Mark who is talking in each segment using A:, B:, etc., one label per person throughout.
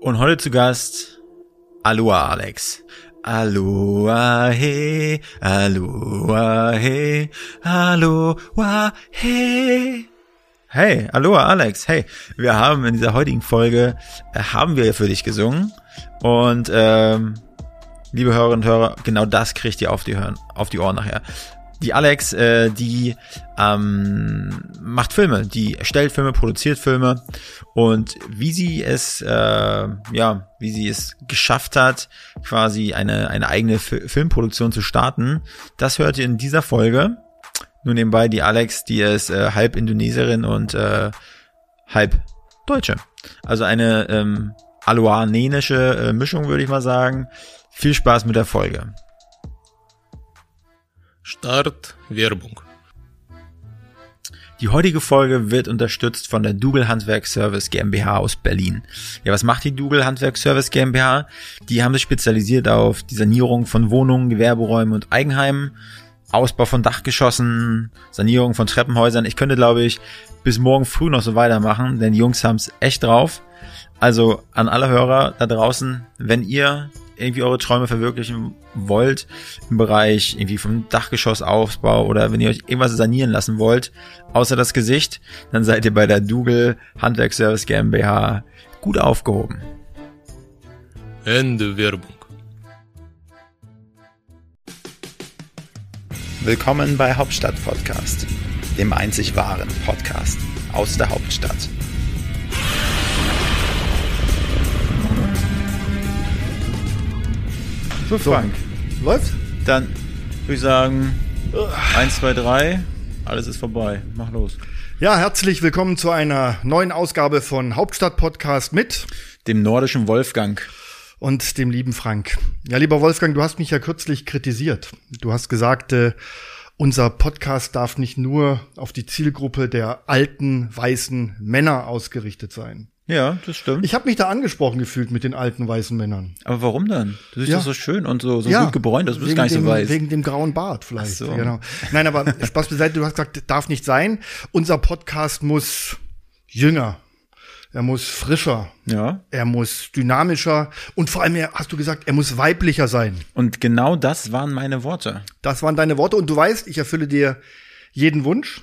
A: Und heute zu Gast Aloha Alex. Aloha he, Aloha he, Aloha he. Hey, Aloha Alex, hey, wir haben in dieser heutigen Folge, äh, haben wir für dich gesungen und ähm, liebe Hörerinnen und Hörer, genau das kriegt ihr auf die, Hören, auf die Ohren nachher. Die Alex, äh, die ähm, macht Filme, die erstellt Filme, produziert Filme und wie sie es, äh, ja, wie sie es geschafft hat, quasi eine, eine eigene Fi- Filmproduktion zu starten, das hört ihr in dieser Folge. Nur nebenbei die Alex, die ist äh, halb Indonesierin und äh, halb Deutsche. Also eine ähm, aloanenische äh, Mischung, würde ich mal sagen. Viel Spaß mit der Folge.
B: Start Werbung.
A: Die heutige Folge wird unterstützt von der Dougal Handwerk Service GmbH aus Berlin. Ja, was macht die Dougal Handwerk Service GmbH? Die haben sich spezialisiert auf die Sanierung von Wohnungen, Gewerberäumen und Eigenheimen, Ausbau von Dachgeschossen, Sanierung von Treppenhäusern. Ich könnte, glaube ich, bis morgen früh noch so weitermachen, denn die Jungs haben es echt drauf. Also an alle Hörer da draußen, wenn ihr irgendwie eure Träume verwirklichen wollt im Bereich irgendwie vom Dachgeschossaufbau oder wenn ihr euch irgendwas sanieren lassen wollt, außer das Gesicht, dann seid ihr bei der Dougal Handwerksservice GmbH gut aufgehoben.
B: Ende Werbung.
A: Willkommen bei Hauptstadt Podcast, dem einzig wahren Podcast aus der Hauptstadt. So, Frank,
C: Läuft?
A: dann würde ich sagen, eins, zwei, drei, alles ist vorbei, mach los.
C: Ja, herzlich willkommen zu einer neuen Ausgabe von Hauptstadt Podcast mit
A: Dem nordischen Wolfgang.
C: und dem lieben Frank. Ja, lieber Wolfgang, du hast mich ja kürzlich kritisiert. Du hast gesagt, äh, unser Podcast darf nicht nur auf die Zielgruppe der alten, weißen Männer ausgerichtet sein.
A: Ja, das stimmt.
C: Ich habe mich da angesprochen gefühlt mit den alten, weißen Männern.
A: Aber warum dann? Du siehst
C: Ja.
A: doch so schön und so, so gut gebräunt, dass du bist
C: wegen
A: gar nicht
C: dem,
A: so weiß.
C: Wegen dem grauen Bart vielleicht.
A: Ach so.
C: Genau. Nein, aber Spaß beiseite, du hast gesagt, darf nicht sein. Unser Podcast muss jünger. Er muss frischer.
A: Ja.
C: Er muss dynamischer und vor allem, er- hast du gesagt, er muss weiblicher sein.
A: Und genau das waren meine Worte.
C: Das waren deine Worte und du weißt, ich erfülle dir jeden Wunsch.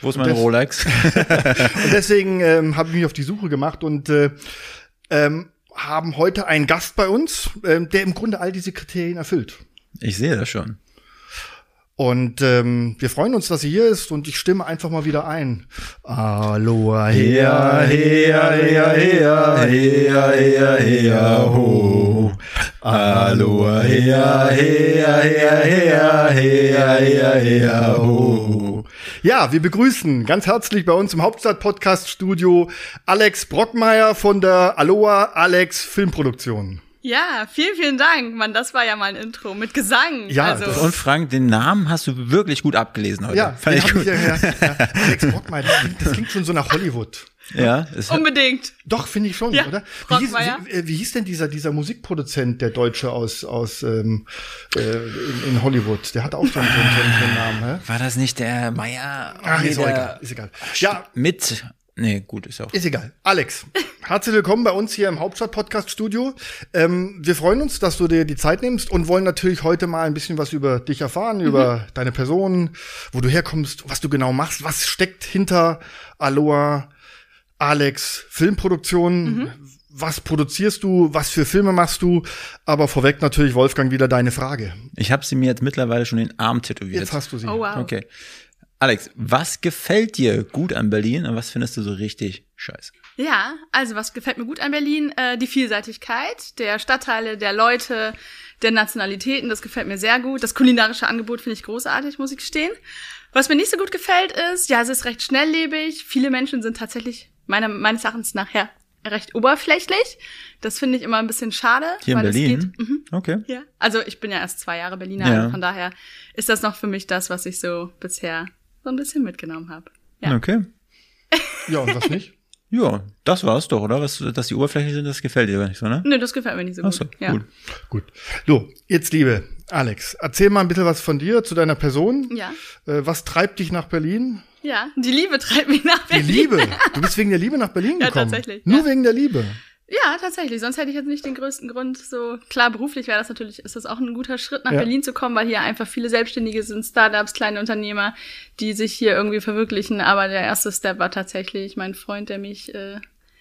A: Wo ist mein
C: Das-
A: Rolex?
C: Und deswegen ähm, habe ich mich auf die Suche gemacht und äh, ähm, haben heute einen Gast bei uns, ähm, der im Grunde all diese Kriterien erfüllt.
A: Ich sehe das schon.
C: Und ähm, wir freuen uns, dass sie hier ist und ich stimme einfach mal wieder ein. Aloha,
A: Hea, hea, hea, hea, hea, hea, hea, ho. Aloha, hea, hea, hea, hea, hea, hea, hea, ho.
C: Ja, wir begrüßen ganz herzlich bei uns im Hauptstadt-Podcast-Studio Alex Brockmeier von der Aloha Alex Filmproduktion.
D: Ja, vielen, vielen Dank. Mann, das war ja mal ein Intro mit Gesang.
C: Ja,
D: also,
C: das-
A: Und Frank, den Namen hast du wirklich gut abgelesen heute.
C: Ja,
A: fand ich
C: den hab
A: gut.
C: ja, ja, ja, Alex Brockmeier, das klingt, das klingt schon so nach Hollywood.
A: Ja, ist,
D: unbedingt.
C: Doch, finde ich schon,
D: Ja,
C: oder? Wie hieß,
D: Brockmeier.
C: wie, äh, wie hieß denn dieser, dieser Musikproduzent, der Deutsche aus, aus ähm, äh, in, in Hollywood? Der hat auch schon so einen, so einen Namen, hä?
A: war das nicht der Meier?
C: Ach,
A: Nee,
C: Ah, ist auch
A: der-
C: egal, ist egal. Ja,
A: Mit. Nee, gut, ist auch.
C: Ist egal. Alex, herzlich willkommen bei uns hier im Hauptstadt-Podcast-Studio. Ähm, wir freuen uns, dass du dir die Zeit nimmst und wollen natürlich heute mal ein bisschen was über dich
D: Mhm.
C: erfahren, über deine Person, wo du herkommst, was du genau machst, was steckt hinter Aloha, Alex, Filmproduktion,
D: Mhm.
C: was produzierst du, was für Filme machst du, aber vorweg natürlich, Wolfgang, wieder deine Frage.
A: Ich habe sie mir jetzt mittlerweile schon den Arm tätowiert.
C: Jetzt hast du sie.
D: Oh, wow.
A: Okay. Alex, was gefällt dir gut an Berlin und was findest du so richtig scheiße?
D: Ja, also was gefällt mir gut an Berlin? Äh, die Vielseitigkeit der Stadtteile, der Leute, der Nationalitäten. Das gefällt mir sehr gut. Das kulinarische Angebot finde ich großartig, muss ich gestehen. Was mir nicht so gut gefällt ist, ja, es ist recht schnelllebig. Viele Menschen sind tatsächlich meiner, meines Erachtens nachher recht oberflächlich. Das finde ich immer ein bisschen schade.
A: Hier in
D: weil es
A: Berlin?
D: geht- Mhm.
A: Okay.
D: Ja. Also ich bin ja erst zwei Jahre Berliner,
A: Ja.
D: also von daher ist das noch für mich das, was ich so bisher so ein bisschen mitgenommen habe. Ja.
A: Okay.
C: Ja, und was nicht?
A: Ja, das war's doch, oder? Was, dass die Oberfläche sind, das gefällt dir gar nicht so, ne?
D: Nö, das gefällt mir nicht so gut.
A: Achso,
D: Mhm. ja.
A: gut.
C: Gut. So, jetzt liebe Alex, erzähl mal ein bisschen was von dir, zu deiner Person.
D: Ja.
C: Äh, was treibt dich nach Berlin?
D: Ja, die Liebe treibt mich nach
C: Die
D: Berlin.
C: Liebe. Du bist wegen der Liebe nach Berlin gekommen.
D: Ja, tatsächlich,
C: Nur
D: ja.
C: wegen der Liebe.
D: Ja, tatsächlich. Sonst hätte ich jetzt nicht den größten Grund. So klar, beruflich wäre das natürlich, ist das auch ein guter Schritt, nach
C: Ja.
D: Berlin zu kommen, weil hier einfach viele Selbstständige sind, Startups, kleine Unternehmer, die sich hier irgendwie verwirklichen. Aber der erste Step war tatsächlich mein Freund, der mich äh,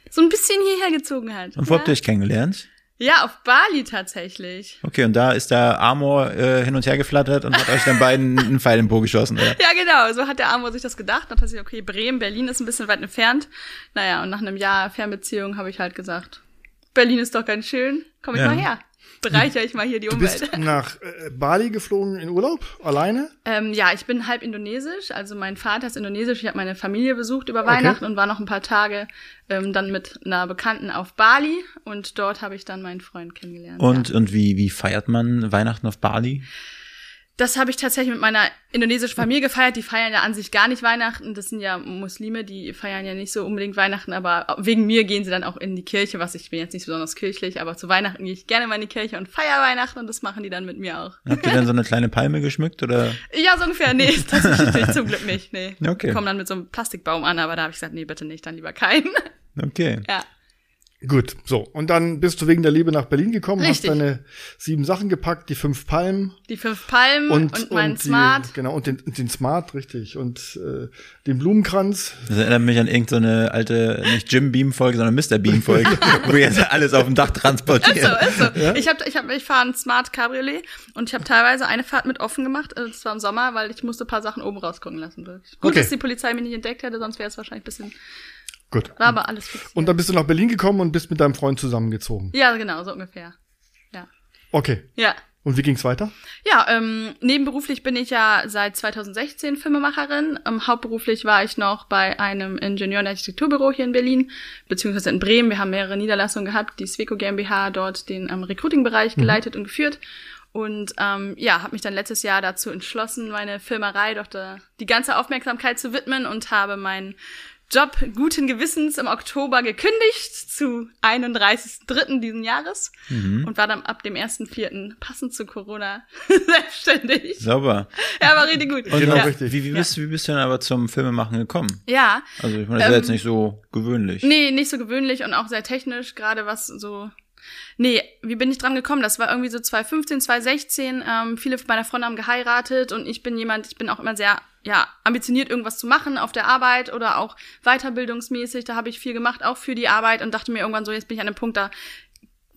D: so ein bisschen hierher gezogen hat.
A: Und wo habt ihr
D: ja?
A: euch kennengelernt?
D: ja, auf Bali tatsächlich.
A: Okay, und da ist der Amor äh, hin und her geflattert und hat euch dann beiden einen Pfeil im Po geschossen. Oder?
D: Ja, genau. So hat der Armor sich das gedacht. Dann hat er sich, okay, Bremen, Berlin ist ein bisschen weit entfernt. Naja, und nach einem Jahr Fernbeziehung habe ich halt gesagt, Berlin ist doch ganz schön. Komm ich
A: Ja.
D: mal her. Bereichere ich mal hier die
C: Du
D: Umwelt.
C: bist nach äh, Bali geflogen in Urlaub, alleine?
D: Ähm, ja, ich bin halb indonesisch. Also mein Vater ist indonesisch. Ich habe meine Familie besucht über Weihnachten und war noch ein paar Tage ähm, dann mit einer Bekannten auf Bali. Und dort habe ich dann meinen Freund kennengelernt.
A: Und,
D: ja.
A: und wie, wie feiert man Weihnachten auf Bali?
D: Das habe ich tatsächlich mit meiner indonesischen Familie gefeiert. Die feiern ja an sich gar nicht Weihnachten. Das sind ja Muslime, die feiern ja nicht so unbedingt Weihnachten. Aber wegen mir gehen sie dann auch in die Kirche, was ich bin jetzt nicht besonders kirchlich. Aber zu Weihnachten gehe ich gerne mal in die Kirche und feier Weihnachten. Und das machen die dann mit mir auch.
A: Habt ihr dann so eine kleine Palme geschmückt oder?
D: Ja, so ungefähr. Nee, tatsächlich nicht, zum Glück nicht. Nee.
A: Okay.
D: Die kommen dann mit so einem Plastikbaum an, aber da habe ich gesagt, nee, bitte nicht, dann lieber keinen.
A: Okay.
D: Ja.
C: Gut, so. Und dann bist du wegen der Liebe nach Berlin gekommen,
D: Richtig.
C: hast deine sieben Sachen gepackt, die fünf Palmen
D: Die fünf Palmen Mm, und,
C: und,
D: mein
C: und die,
D: Smart.
C: Genau, und den, und den Smart, richtig. Und äh, den Blumenkranz.
A: Das erinnert mich an irgendeine alte, nicht Jim Beam Folge, sondern Mr. Beam Folge, wo wir jetzt alles auf dem Dach transportieren.
D: So, ist so. Ich habe, ich habe, ich fahre ein Smart Cabriolet und ich habe teilweise eine Fahrt mit offen gemacht. äh, Das war im Sommer, weil ich musste ein paar Sachen oben rausgucken lassen. Wirklich. Gut,
C: Okay.
D: dass die Polizei mich nicht entdeckt hätte, sonst wäre es wahrscheinlich ein bisschen.
C: Gut.
D: War aber alles fixiert.
C: Und dann bist du nach Berlin gekommen und bist mit deinem Freund zusammengezogen.
D: ja, genau, so ungefähr. Ja,
C: Okay.
D: ja.
C: Und wie ging's weiter?
D: Ja, ähm, nebenberuflich bin ich ja seit 2016 Filmemacherin. Ähm, hauptberuflich war ich noch bei einem Ingenieur- und Architekturbüro hier in Berlin, beziehungsweise in Bremen. Wir haben mehrere Niederlassungen gehabt, die Sweco GmbH dort den ähm, Recruiting-Bereich geleitet und geführt. Und ähm, ja, habe mich dann letztes Jahr dazu entschlossen, meine Filmerei doch der, die ganze Aufmerksamkeit zu widmen und habe meinen Job guten Gewissens im Oktober gekündigt zu 31.3. diesen Jahres
C: Mhm.
D: und war dann ab dem 1.4. passend zu Corona selbstständig.
A: Sauber.
D: Ja, war richtig gut.
A: Und
C: Genau,
A: ja.
D: ja.
C: richtig.
A: Wie, wie, bist, wie bist du denn aber zum Filmemachen gekommen?
D: ja,
A: Also ich meine, das ist ja
D: Ähm,
A: jetzt nicht so gewöhnlich.
D: nee, nicht so gewöhnlich und auch sehr technisch, gerade was so. Nee, wie bin ich dran gekommen? Das war irgendwie so 2015, 2016. Ähm, viele meiner Freunde haben geheiratet und ich bin jemand, ich bin auch immer sehr ja, ambitioniert, irgendwas zu machen auf der Arbeit oder auch weiterbildungsmäßig. Da habe ich viel gemacht, auch für die Arbeit und dachte mir irgendwann so, jetzt bin ich an einem Punkt, da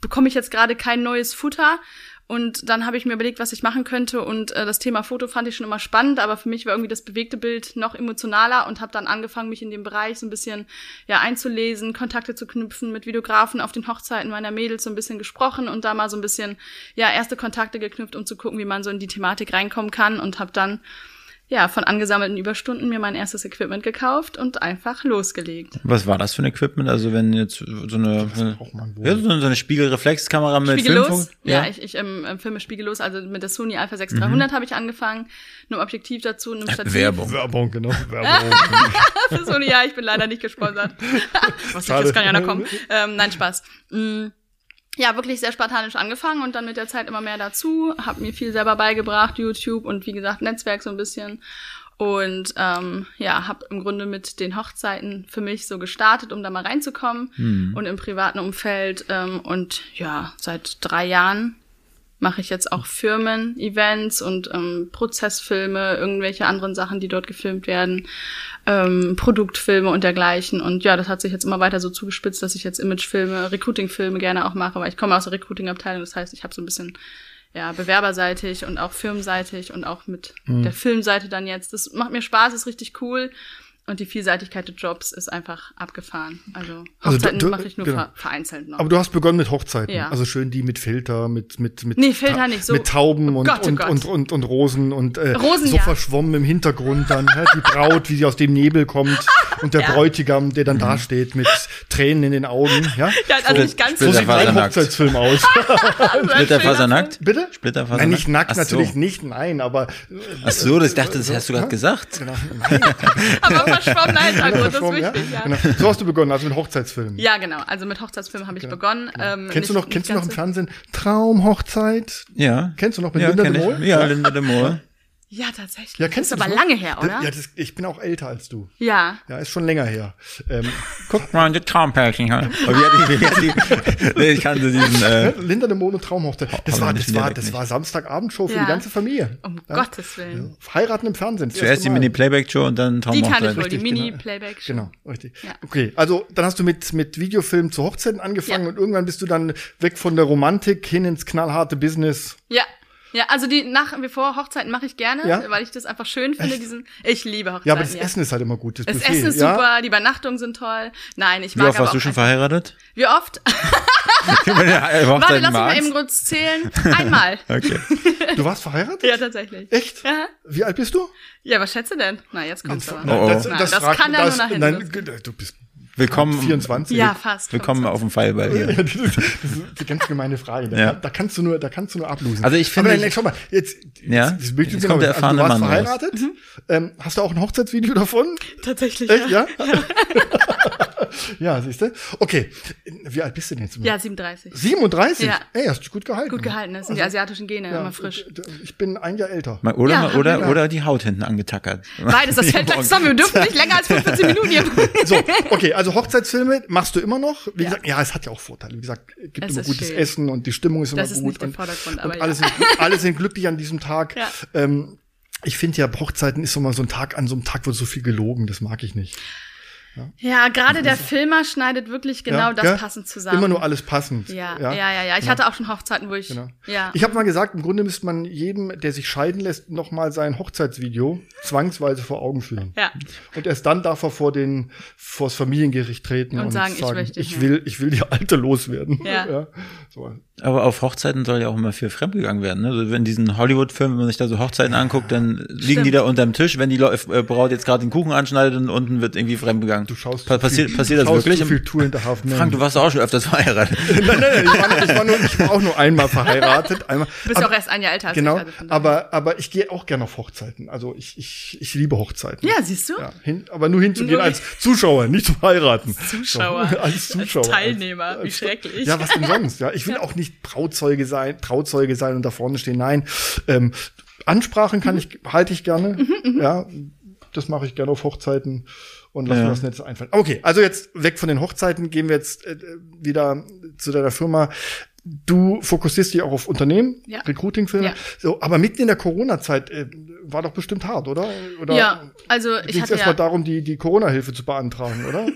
D: bekomme ich jetzt gerade kein neues Futter. Und dann habe ich mir überlegt, was ich machen könnte. Und äh, das Thema Foto fand ich schon immer spannend, aber für mich war irgendwie das bewegte Bild noch emotionaler und habe dann angefangen, mich in dem Bereich so ein bisschen ja einzulesen, Kontakte zu knüpfen, mit Videografen auf den Hochzeiten meiner Mädels so ein bisschen gesprochen und da mal so ein bisschen ja erste Kontakte geknüpft, um zu gucken, wie man so in die Thematik reinkommen kann. Und habe dann ja von angesammelten Überstunden mir mein erstes Equipment gekauft und einfach losgelegt.
A: Was war das für ein Equipment? Also wenn jetzt so eine,
C: braucht man wohl?
A: ja, so eine so eine Spiegelreflexkamera mit Filmfunk?
D: Spiegellos? Ja, ich, ich ähm, ähm, filme spiegellos, also mit der Sony Alpha 6300 habe ich angefangen, einem Objektiv dazu, einem Stativ.
A: Werbung.
C: Werbung, genau. Werbung.
D: Für Sony, ja, ich bin leider nicht gesponsert. Was nicht,
C: Schade.
D: das kann ja noch kommen. Ähm, nein, Spaß. Mm. Ja, wirklich sehr spartanisch angefangen und dann mit der Zeit immer mehr dazu. Hab mir viel selber beigebracht, YouTube und wie gesagt Netzwerk so ein bisschen. Und ähm, ja, habe im Grunde mit den Hochzeiten für mich so gestartet, um da mal reinzukommen und im privaten Umfeld. Ähm, und ja, seit drei Jahren mache ich jetzt auch Firmen, Events und ähm, Prozessfilme, irgendwelche anderen Sachen, die dort gefilmt werden, ähm, Produktfilme und dergleichen. Und ja, das hat sich jetzt immer weiter so zugespitzt, dass ich jetzt Imagefilme, Recruitingfilme gerne auch mache, weil ich komme aus der Recruiting-Abteilung, das heißt, ich habe so ein bisschen ja, bewerberseitig und auch firmenseitig und auch mit
C: Mhm.
D: der Filmseite dann jetzt. Das macht mir Spaß, ist richtig cool. Und die Vielseitigkeit der Jobs ist einfach abgefahren. Also
C: Also
D: Hochzeiten
C: du- du-
D: mache ich nur
C: genau.
D: ver vereinzelt noch.
C: Aber du hast begonnen mit Hochzeiten.
D: Ja.
C: Also schön die mit Filter, mit mit mit
D: Nee, Filter nicht, so-
C: mit Tauben und,
D: Gott, oh
C: und,
D: Gott.
C: und und und Rosen und äh,
D: Rosen,
C: so
D: ja.
C: verschwommen im Hintergrund dann hä, die Braut, wie sie aus dem Nebel kommt und der Bräutigam, der dann
A: Mhm.
C: da steht mit Tränen in den Augen, ja?
D: ja, also nicht ganz
C: So
A: Splitter
C: sieht mein
A: Fasernackt.
C: Hochzeitsfilm aus.
A: Splitterfasernackt?
C: Bitte?
A: Splitterfasernackt?
C: Nein, nicht nackt
A: Ach so.
C: natürlich nicht, nein, aber
A: Ach so, das ich dachte, das hast du gerade gesagt.
C: genau,
D: Aber verschwommener Hintergrund, das ist
C: verschwommen, ja?
D: wichtig, ja.
C: Genau. So hast du begonnen, also mit Hochzeitsfilmen.
D: Ja, genau. Also mit Hochzeitsfilmen habe ich begonnen. Ähm,
C: Genau. Kennst du
D: nicht-
C: noch kennst
D: nicht
C: du noch im
D: ganz so-
C: Fernsehen Traumhochzeit?
A: Ja.
C: Kennst du noch mit
A: ja,
C: Linda
A: kenn
C: de
A: ich.
C: Mol?
A: Ja, Linda de Mol.
D: Ja, tatsächlich.
C: Ja, kennst
D: das ist
C: du
D: aber
C: das noch?
D: lange her, oder?
C: Ja, das, ich bin auch älter als du.
D: ja.
C: Ja, ist schon länger her. Ähm,
A: Guck mal, die Traumpärchen hier. Und wie hat die, wie hat die, nee, ich kannte diesen, äh,
C: Linda de Mone Traumhochzeit. Das
A: aber
C: war,
A: nicht
C: das war,
A: direkt
C: das
A: nicht.
C: war Samstagabendshow für
D: Ja.
C: die ganze Familie.
D: Um
C: Ja.
D: Gottes Willen.
C: Heiraten im Fernsehen. das
A: zuerst
C: erste
A: die
C: Mal.
A: Mini-Playback-Show und dann
D: Die kannte ich
A: Traumhochzeit.
D: wohl, die
C: Richtig, genau.
D: Mini-Playback.
C: Genau, richtig.
D: Ja.
C: Okay, also dann hast du mit, mit Videofilm zu Hochzeiten angefangen
D: Ja.
C: und irgendwann bist du dann weg von der Romantik hin ins knallharte Business.
D: Ja. Ja, also die nach wie vor Hochzeiten mache ich gerne,
C: Ja?
D: weil ich das einfach schön finde. Diesen, ich liebe Hochzeiten.
C: Ja, aber das Essen ist halt immer gut. Das,
D: Das
C: Buffet,
D: Essen ist
C: ja?
D: super, die Übernachtungen sind toll. Nein, ich
A: Wie
D: mag
A: oft
D: aber
A: warst
D: auch
A: du schon
D: einfach-
A: verheiratet?
D: Wie oft?
A: Wie man ja
D: Warte,
A: Hochzeiten
D: lass mich mal eben
A: magst.
D: kurz zählen. Einmal.
A: Okay.
C: Du warst verheiratet?
D: ja, tatsächlich.
C: Echt?
D: Ja.
C: Wie alt bist du?
D: ja, was schätze denn? Na, jetzt kommt's aber.
A: Oh, oh.
D: Nein, das
C: fragt-
D: kann er nur nach hinten
C: Nein,
D: losgehen.
C: du bist
A: Willkommen.
C: 24.
D: Ja, fast.
A: Willkommen auf dem Fall bei dir.
C: das ist eine ganz gemeine Frage. Da,
A: Ja.
C: da kannst du nur, da kannst du nur ablosen.
A: Also ich finde-
C: Aber nein, schau mal, jetzt,
A: Ja,
C: das Bild
A: jetzt
C: sieht
A: kommt
C: genau-
A: der erfahrene
C: also, du warst
A: Mann raus.
C: verheiratet.
D: Mhm.
C: Ähm, hast du auch ein Hochzeitsvideo davon?
D: Tatsächlich.
C: Echt,
D: Ja.
C: ja? ja, siehst du? Okay, wie alt bist du denn jetzt?
D: ja, 37.
C: 37?
D: Ja.
C: Ey, hast dich gut gehalten.
D: Gut gehalten, das sind
C: Also,
D: die asiatischen Gene, immer frisch.
C: Ich bin ein Jahr älter.
A: Mal- Oder,
D: Ja,
A: mal-
D: haben
A: oder,
D: wir.
A: oder die Haut hinten angetackert.
D: Beides, das fällt gleich zusammen. Wir dürfen nicht länger als 15 Minuten hier.
C: So, okay, also Hochzeitsfilme machst du immer noch. Wie gesagt, ja, es hat ja auch Vorteile. Wie gesagt, es gibt
D: Es
C: immer
D: ist
C: gutes
D: schön.
C: Essen und die Stimmung ist immer
D: Das ist
C: gut.
D: nicht im
C: und,
D: Vordergrund, aber
C: und
D: ja.
C: alle, sind, alle sind glücklich an diesem Tag.
D: Ja.
C: Ähm, ich finde ja, Hochzeiten ist immer so ein Tag, an so einem Tag wird so viel gelogen, das mag ich nicht.
D: Ja, gerade der Filmer schneidet wirklich genau
C: Ja,
D: das
C: gell?
D: passend zusammen.
C: Immer nur alles passend.
D: Ja, ja, ja, ja. Ich hatte auch schon Hochzeiten, wo ich.
C: Genau.
D: Ja.
C: Ich habe mal gesagt, im Grunde müsste man jedem, der sich scheiden lässt, nochmal sein Hochzeitsvideo zwangsweise vor Augen führen.
D: ja.
C: Und erst dann darf er vor den vors Familiengericht treten
D: Und
C: und,
D: sagen,
C: sagen,
D: ich möchte nicht
C: ich
D: mehr."
C: will, ich will die Alte loswerden.
D: Ja.
C: So.
A: Aber auf Hochzeiten soll ja auch immer viel fremdgegangen werden. Ne? Also wenn diesen Hollywood-Film, wenn man sich da so Hochzeiten anguckt, dann liegen die da unterm Tisch. Wenn die Leu- äh, Braut jetzt gerade den Kuchen anschneidet und unten wird irgendwie fremdgegangen.
C: Du schaust
A: pa
C: zu viel-
A: passiert, passiert das
C: schaust
A: wirklich?
C: Zu viel Two and a Half Men.
A: Frank, du warst doch auch schon öfters verheiratet.
C: nein, nein, nein, ich war, nur- ich, war nur, ich war auch nur einmal verheiratet. Einmal.
D: Du bist ja auch erst ein Jahr älter als
C: genau,
D: ich. also von daher.
C: aber, aber ich gehe auch gerne auf Hochzeiten. Also ich, ich, ich liebe Hochzeiten.
D: ja, siehst du?
C: Ja, hin, aber nur hinzugehen
D: Nur-
C: als Zuschauer, nicht zu heiraten.
D: Zuschauer.
C: So, als Zuschauer.
D: Teilnehmer, wie schrecklich.
C: Ja, was denn sonst? Ja, ich will auch nicht Trauzeuge sein, Trauzeuge sein und da vorne stehen. Nein, ähm, Ansprachen
D: Mhm.
C: kann ich, halte ich gerne. ja, das mache ich gerne auf Hochzeiten und lass
A: Ja.
C: mir das Netz einfallen. Okay, also jetzt weg von den Hochzeiten, gehen wir jetzt äh, wieder zu deiner Firma. Du fokussierst dich auch auf Unternehmen,
D: Ja.
C: Recruiting-Filme.
D: Ja.
C: So, aber mitten in der Corona-Zeit äh, war doch bestimmt hart, oder? oder
D: ja, also ich
C: Ging es
D: hatte
C: erstmal
D: ja,
C: darum, die, die Corona-Hilfe zu beantragen, oder?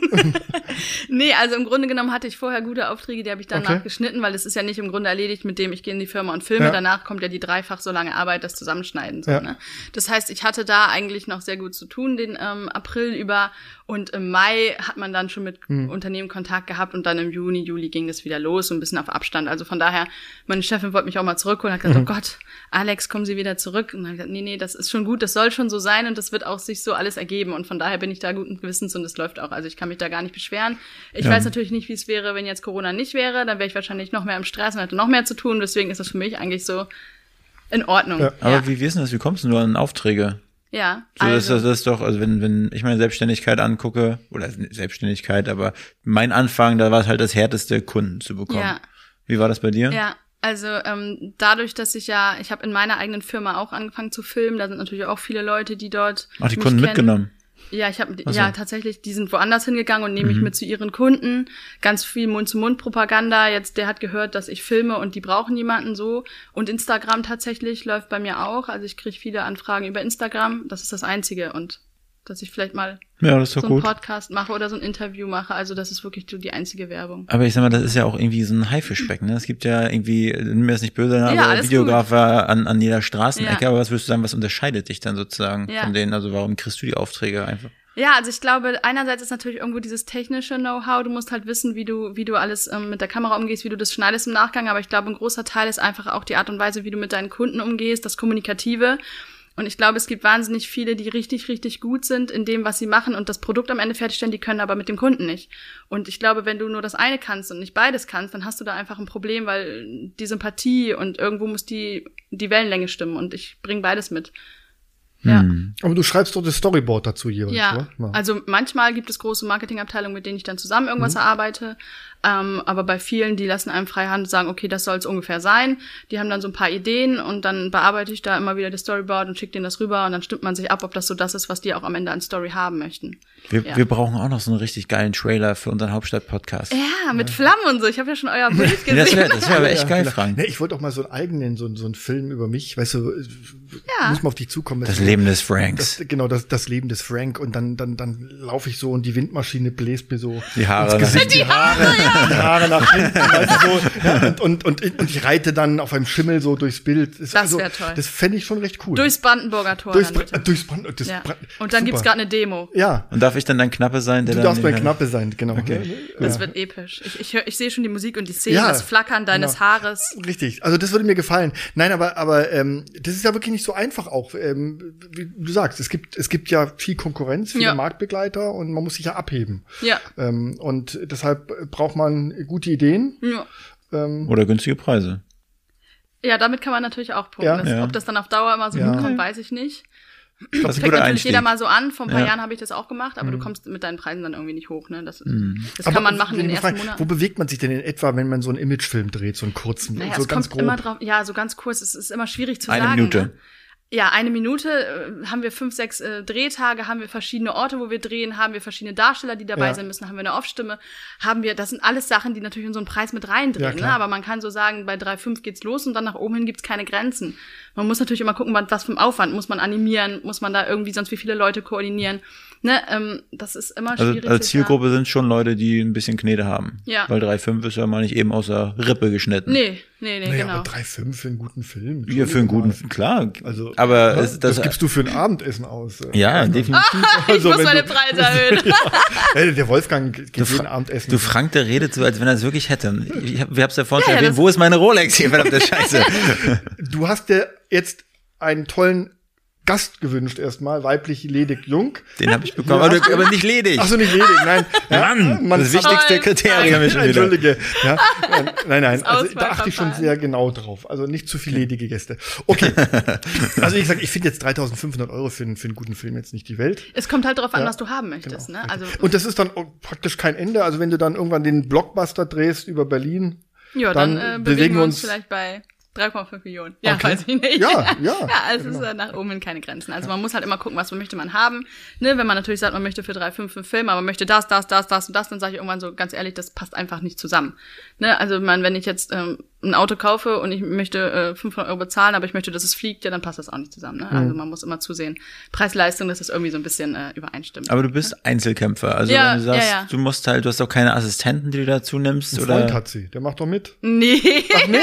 D: nee, also im Grunde genommen hatte ich vorher gute Aufträge, die habe ich danach
C: Okay.
D: geschnitten, weil das ist ja nicht im Grunde erledigt, mit dem ich gehe in die Firma und filme.
C: Ja.
D: Danach kommt ja die dreifach so lange Arbeit, das Zusammenschneiden. So,
C: Ja.
D: ne? Das heißt, ich hatte da eigentlich noch sehr gut zu tun den ähm, April über und im Mai hat man dann schon mit Unternehmen Kontakt gehabt und dann im Juni, Juli ging das wieder los, so ein bisschen auf Abstand. Also von daher, meine Chefin wollte mich auch mal zurückholen, hat gesagt, oh Gott, Alex, kommen Sie wieder zurück. Und dann hab ich gesagt, nee, nee, das ist schon gut, das soll schon so sein und das wird auch sich so alles ergeben. Und von daher bin ich da guten Gewissens und es läuft auch. Also ich kann mich da gar nicht beschweren. Ich weiß natürlich nicht, wie es wäre, wenn jetzt Corona nicht wäre, dann wäre ich wahrscheinlich noch mehr im Stress und hätte noch mehr zu tun. Deswegen ist das für mich eigentlich so in Ordnung.
C: Ja.
A: Aber wie, wie ist denn das? Wie kommst du denn nur an Aufträge?
D: Ja,
A: So, das,
D: also,
A: das, das ist doch, also wenn, wenn ich meine Selbstständigkeit angucke, oder Selbstständigkeit, aber mein Anfang, da war es halt das härteste, Kunden zu bekommen.
D: Ja.
A: Wie war das ne? bei dir?
D: ja, also ähm, dadurch, dass ich ja, ich habe in meiner eigenen Firma auch angefangen zu filmen, da sind natürlich auch viele Leute, die dort.
A: Ach, die
D: mich
A: Kunden
D: kennen.
A: mitgenommen.
D: Ja, ich habe
A: Ach so. Mhm.
D: ja tatsächlich, die sind woanders hingegangen und nehmen mich mit zu ihren Kunden. Ganz viel Mund-zu-Mund-Propaganda. Jetzt der hat gehört, dass ich filme und die brauchen jemanden so. Und Instagram tatsächlich läuft bei mir auch. Also ich kriege viele Anfragen über Instagram. Das ist das Einzige und dass ich vielleicht mal
A: Ja, das ist doch
D: so einen
A: gut.
D: Podcast mache oder so ein Interview mache. Also das ist wirklich so die einzige Werbung.
A: Aber ich sag mal, das ist ja auch irgendwie so ein Haifischbecken. Ne? Es gibt ja irgendwie, nimm mir das nicht böse,
D: Ja,
A: aber
D: alles
A: Videografer an, an jeder Straßenecke.
D: Ja.
A: Aber was würdest du sagen, was unterscheidet dich dann sozusagen
D: Ja.
A: von denen? Also warum kriegst du die Aufträge einfach?
D: Ja, also ich glaube, einerseits ist natürlich irgendwo dieses technische Know-how. Du musst halt wissen, wie du, wie du alles ähm, mit der Kamera umgehst, wie du das schneidest im Nachgang. Aber ich glaube, ein großer Teil ist einfach auch die Art und Weise, wie du mit deinen Kunden umgehst, das Kommunikative. Und ich glaube, es gibt wahnsinnig viele, die richtig, richtig gut sind in dem, was sie machen und das Produkt am Ende fertigstellen, die können aber mit dem Kunden nicht. Und ich glaube, wenn du nur das eine kannst und nicht beides kannst, dann hast du da einfach ein Problem, weil die Sympathie und irgendwo muss die, die Wellenlänge stimmen und ich bringe beides mit. Ja.
C: Aber du schreibst doch das Storyboard dazu jeweils,
D: Ja,
C: oder? ne? Ja.
D: also manchmal gibt es große Marketingabteilungen, mit denen ich dann zusammen
C: Mhm.
D: irgendwas erarbeite. Ähm, aber bei vielen, die lassen einem freie Hand und sagen, okay, das soll es ungefähr sein. Die haben dann so ein paar Ideen und dann bearbeite ich da immer wieder das Storyboard und schicke denen das rüber und dann stimmt man sich ab, ob das so das ist, was die auch am Ende an Story haben möchten.
A: Wir,
D: Ja.
A: wir brauchen auch noch so einen richtig geilen Trailer für unseren Hauptstadt-Podcast.
D: Ja, Ah, mit Flammen und so. Ich habe ja schon euer Bild
A: Ja, das
D: gesehen.
A: wäre das wär aber echt geil, Frank.
C: Nee, ich wollte auch mal so einen eigenen, so, einen- so einen Film über mich, weißt du, äh,
D: Ja.
C: muss man auf dich zukommen.
A: Das
C: ist-
A: Leben des Franks.
C: Das, genau, das, das Leben des Frank und dann, dann, dann laufe ich so und die Windmaschine bläst mir so
A: Die Haare
C: ins
A: nach
C: Gesicht,
A: hinten.
C: die Haare, die Haare nach hinten, weißt du, so. ja, und, und, und, ich- und ich reite dann auf einem Schimmel so durchs Bild.
D: Das wär toll.
C: Das fände ich schon recht cool.
D: Durchs Brandenburger Tor.
C: durchs,
D: dann bitte.
C: Bra- durchs Brand, das
D: ja.
C: Brand,
D: Und dann
C: super.
D: gibt's gerade eine Demo.
C: Ja,
A: Und darf ich dann dein Knappe sein, der
C: du
A: dann
C: darfst mein
A: den-
C: Knappe sein, genau.
D: Das wird episch. Ich, ich, hör- ich sehe schon die Musik und die Szene,
C: Ja,
D: das Flackern deines
C: genau.
D: Haares.
C: Richtig, also das würde mir gefallen. Nein, aber aber ähm, das ist ja wirklich nicht so einfach auch. Ähm, wie du sagst, es gibt es gibt ja viel Konkurrenz, viele
D: Ja.
C: Marktbegleiter und man muss sich ja abheben.
D: Ja.
C: Ähm, und deshalb braucht man gute Ideen.
D: ja.
C: Ähm,
A: Oder günstige Preise.
D: Ja, damit kann man natürlich auch punkten.
C: Ja.
D: das,
A: Ja.
D: Ob das dann auf Dauer immer so
C: Ja.
D: gut kommt, weiß ich nicht.
A: Das ist ein
D: Fängt
A: guter
D: natürlich
A: Einstieg.
D: jeder mal so an. Vor ein paar
A: Ja. Mhm.
D: Jahren habe ich das auch gemacht, aber du kommst mit deinen Preisen dann irgendwie nicht hoch. Ne? Das, das
C: aber
D: kann man machen in
C: wenn
D: den
C: ich mal
D: ersten
C: frage,
D: Monaten.
C: Wo bewegt man sich denn in etwa, wenn man so einen Imagefilm dreht, so einen kurzen,
D: Naja,
C: so
D: es
C: ganz
D: kommt
C: grob?
D: immer drauf, ja, so ganz kurz, es ist immer schwierig zu
A: Eine
D: sagen.
A: Minute.
D: Ne? Ja, eine Minute äh, haben wir fünf, sechs äh, Drehtage, haben wir verschiedene Orte, wo wir drehen, haben wir verschiedene Darsteller, die dabei
C: Ja.
D: sein müssen, haben wir eine Aufstimme, haben wir, das sind alles Sachen, die natürlich in so einen Preis mit
C: Ja,
D: reindrehen.
C: klar.
D: ne? Aber man kann so sagen, bei 3,5 geht's los und dann nach oben hin gibt's keine Grenzen. Man muss natürlich immer gucken, was was für ein Aufwand muss man animieren, muss man da irgendwie sonst wie viele Leute koordinieren. Ne? Ähm, das ist immer
A: Also,
D: schwierig.
A: also
D: sich da-
A: Zielgruppe sind schon Leute, die ein bisschen Knete haben.
D: Ja.
A: Weil 3,5 ist ja mal nicht eben aus der Rippe geschnitten.
D: Nee, nee, nee,
C: naja,
D: genau.
C: aber drei, fünf für einen guten Film.
A: Ja, für einen guten,
C: Entschuldigung
A: klar.
C: mal. Also,
A: aber
C: ja,
A: es,
C: das,
A: das,
C: gibst du für ein Abendessen aus.
A: ja, definitiv.
D: ich
C: Also,
D: muss
C: wenn
D: meine
C: du-
D: Preise erhöhen.
C: Äh, der Wolfgang geht
A: Du,
C: jeden
A: Fra-
C: Abend essen.
A: du Frank, der redet so, als wenn er es wirklich hätte. Ich hab, wir haben es ja vorhin
D: Ja,
A: schon
D: ja,
A: erwähnt.
D: das-
A: Wo ist meine Rolex hier, verdammte Scheiße?
C: Du hast dir jetzt einen tollen Gast gewünscht erstmal, weiblich, ledig, jung.
A: Den habe ich bekommen, aber, aber nicht ledig.
C: Ach so, nicht ledig, nein.
A: Mann,
C: Mann,
A: das wichtigste
D: Nein,
A: Kriterium ist schon wieder.
C: Entschuldige. Ja, ähm, nein, nein,
D: Das
C: also, da achte ich schon
D: Auswahlverfahren.
C: sehr genau drauf. Also nicht zu viel ledige Gäste. Okay, also ich sag, ich finde jetzt 3500 Euro für, einen- für einen guten Film jetzt nicht die Welt.
D: Es kommt halt darauf an, was du haben möchtest.
C: genau,
D: Ne? Also,
C: Und das ist dann auch praktisch kein Ende. Also wenn du dann irgendwann den Blockbuster drehst über Berlin,
D: ja, dann, äh, bewegen wir uns vielleicht bei 3,5 Millionen. Ja,
C: Okay.
D: weiß ich nicht.
C: Ja, genau. ja.
D: ja es ist dann nach oben hin keine Grenzen. Also man muss halt immer gucken, was möchte man haben. Ne, wenn man natürlich sagt, man möchte für 3,5 einen Film, aber man möchte das, das, das, das und das, dann sage ich irgendwann so, ganz ehrlich, das passt einfach nicht zusammen. Ne, also man, wenn ich jetzt ähm, ein Auto kaufe und ich möchte äh, 500 Euro bezahlen, aber ich möchte, dass es fliegt, ja, dann passt das auch nicht zusammen.
C: Mhm.
D: Ne? Also man muss immer zusehen, Preis-Leistung, dass das irgendwie so ein bisschen äh, übereinstimmt.
A: Aber du bist Einzelkämpfer. Also
D: Ja,
A: wenn du sagst,
D: ja, ja.
A: du musst halt, du hast auch keine Assistenten, die du dazu nimmst.
C: ein Freund
A: Oder
C: hat sie, der macht doch mit.
D: nee.
C: Ach nee.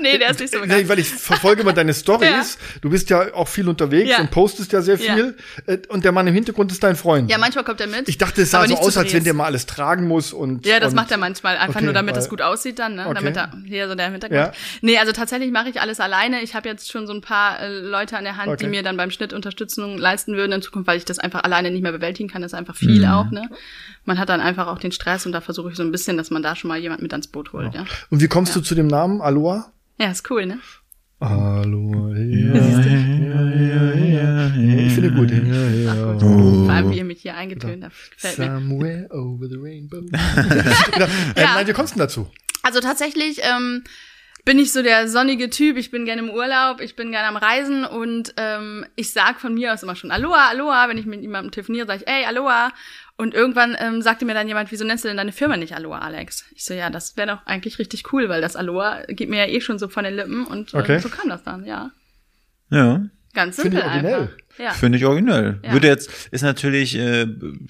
D: nee, der ist nicht so bekannt.
C: Nee, weil ich verfolge immer deine Stories. Du bist ja auch viel unterwegs
D: Ja.
C: und postest ja sehr viel. Äh, Und der Mann im Hintergrund ist dein Freund.
D: Ja, manchmal kommt er mit.
C: Ich dachte, es sah
D: aber
C: so
D: nicht zu
C: aus, als wenn
D: Drehs.
C: der mal alles tragen muss und.
D: Ja, das
C: und
D: macht er manchmal. Einfach
C: Okay,
D: nur, damit
C: weil-
D: das gut aussieht dann, ne?
C: Okay.
D: Damit da hier so der Hintergrund.
C: Ja.
D: Nee, also tatsächlich mache ich alles alleine. Ich habe jetzt schon so ein paar äh, Leute an der Hand,
C: Okay.
D: die mir dann beim Schnitt Unterstützung leisten würden in Zukunft, weil ich das einfach alleine nicht mehr bewältigen kann. Das ist einfach
C: Mhm.
D: viel auch, ne? Man hat dann einfach auch den Stress und da versuche ich so ein bisschen, dass man da schon mal jemand mit ans Boot holt, ja.
C: Äh, Und wie kommst du zu dem Namen Aloha?
D: Ja, ist cool, ne?
C: Aloha. Ich finde gut.
D: Ach, gut. Vor allem, wie ihr mich hier eingetönt habt. Gefällt mir.
C: Somewhere over the rainbow. Äh, Nein, wie kommst du denn dazu?
D: Also tatsächlich ähm, bin ich so der sonnige Typ. Ich bin gerne im Urlaub, ich bin gerne am Reisen und ähm, ich sag von mir aus immer schon Aloha, Aloha. Wenn ich mit jemandem telefoniere, sage ich ey, Aloha. Und irgendwann ähm, sagte mir dann jemand, wieso nennst du denn deine Firma nicht Aloha, Alex? Ich so, ja, das wäre doch eigentlich richtig cool, weil das Aloha geht mir ja eh schon so von den Lippen und äh,
C: Okay.
D: so kam das dann, ja.
A: ja.
D: Ganz
C: Finde
D: simpel
C: ich originell.
D: einfach. Ja.
A: Finde ich originell.
D: Ja.
A: Würde jetzt, ist natürlich, äh,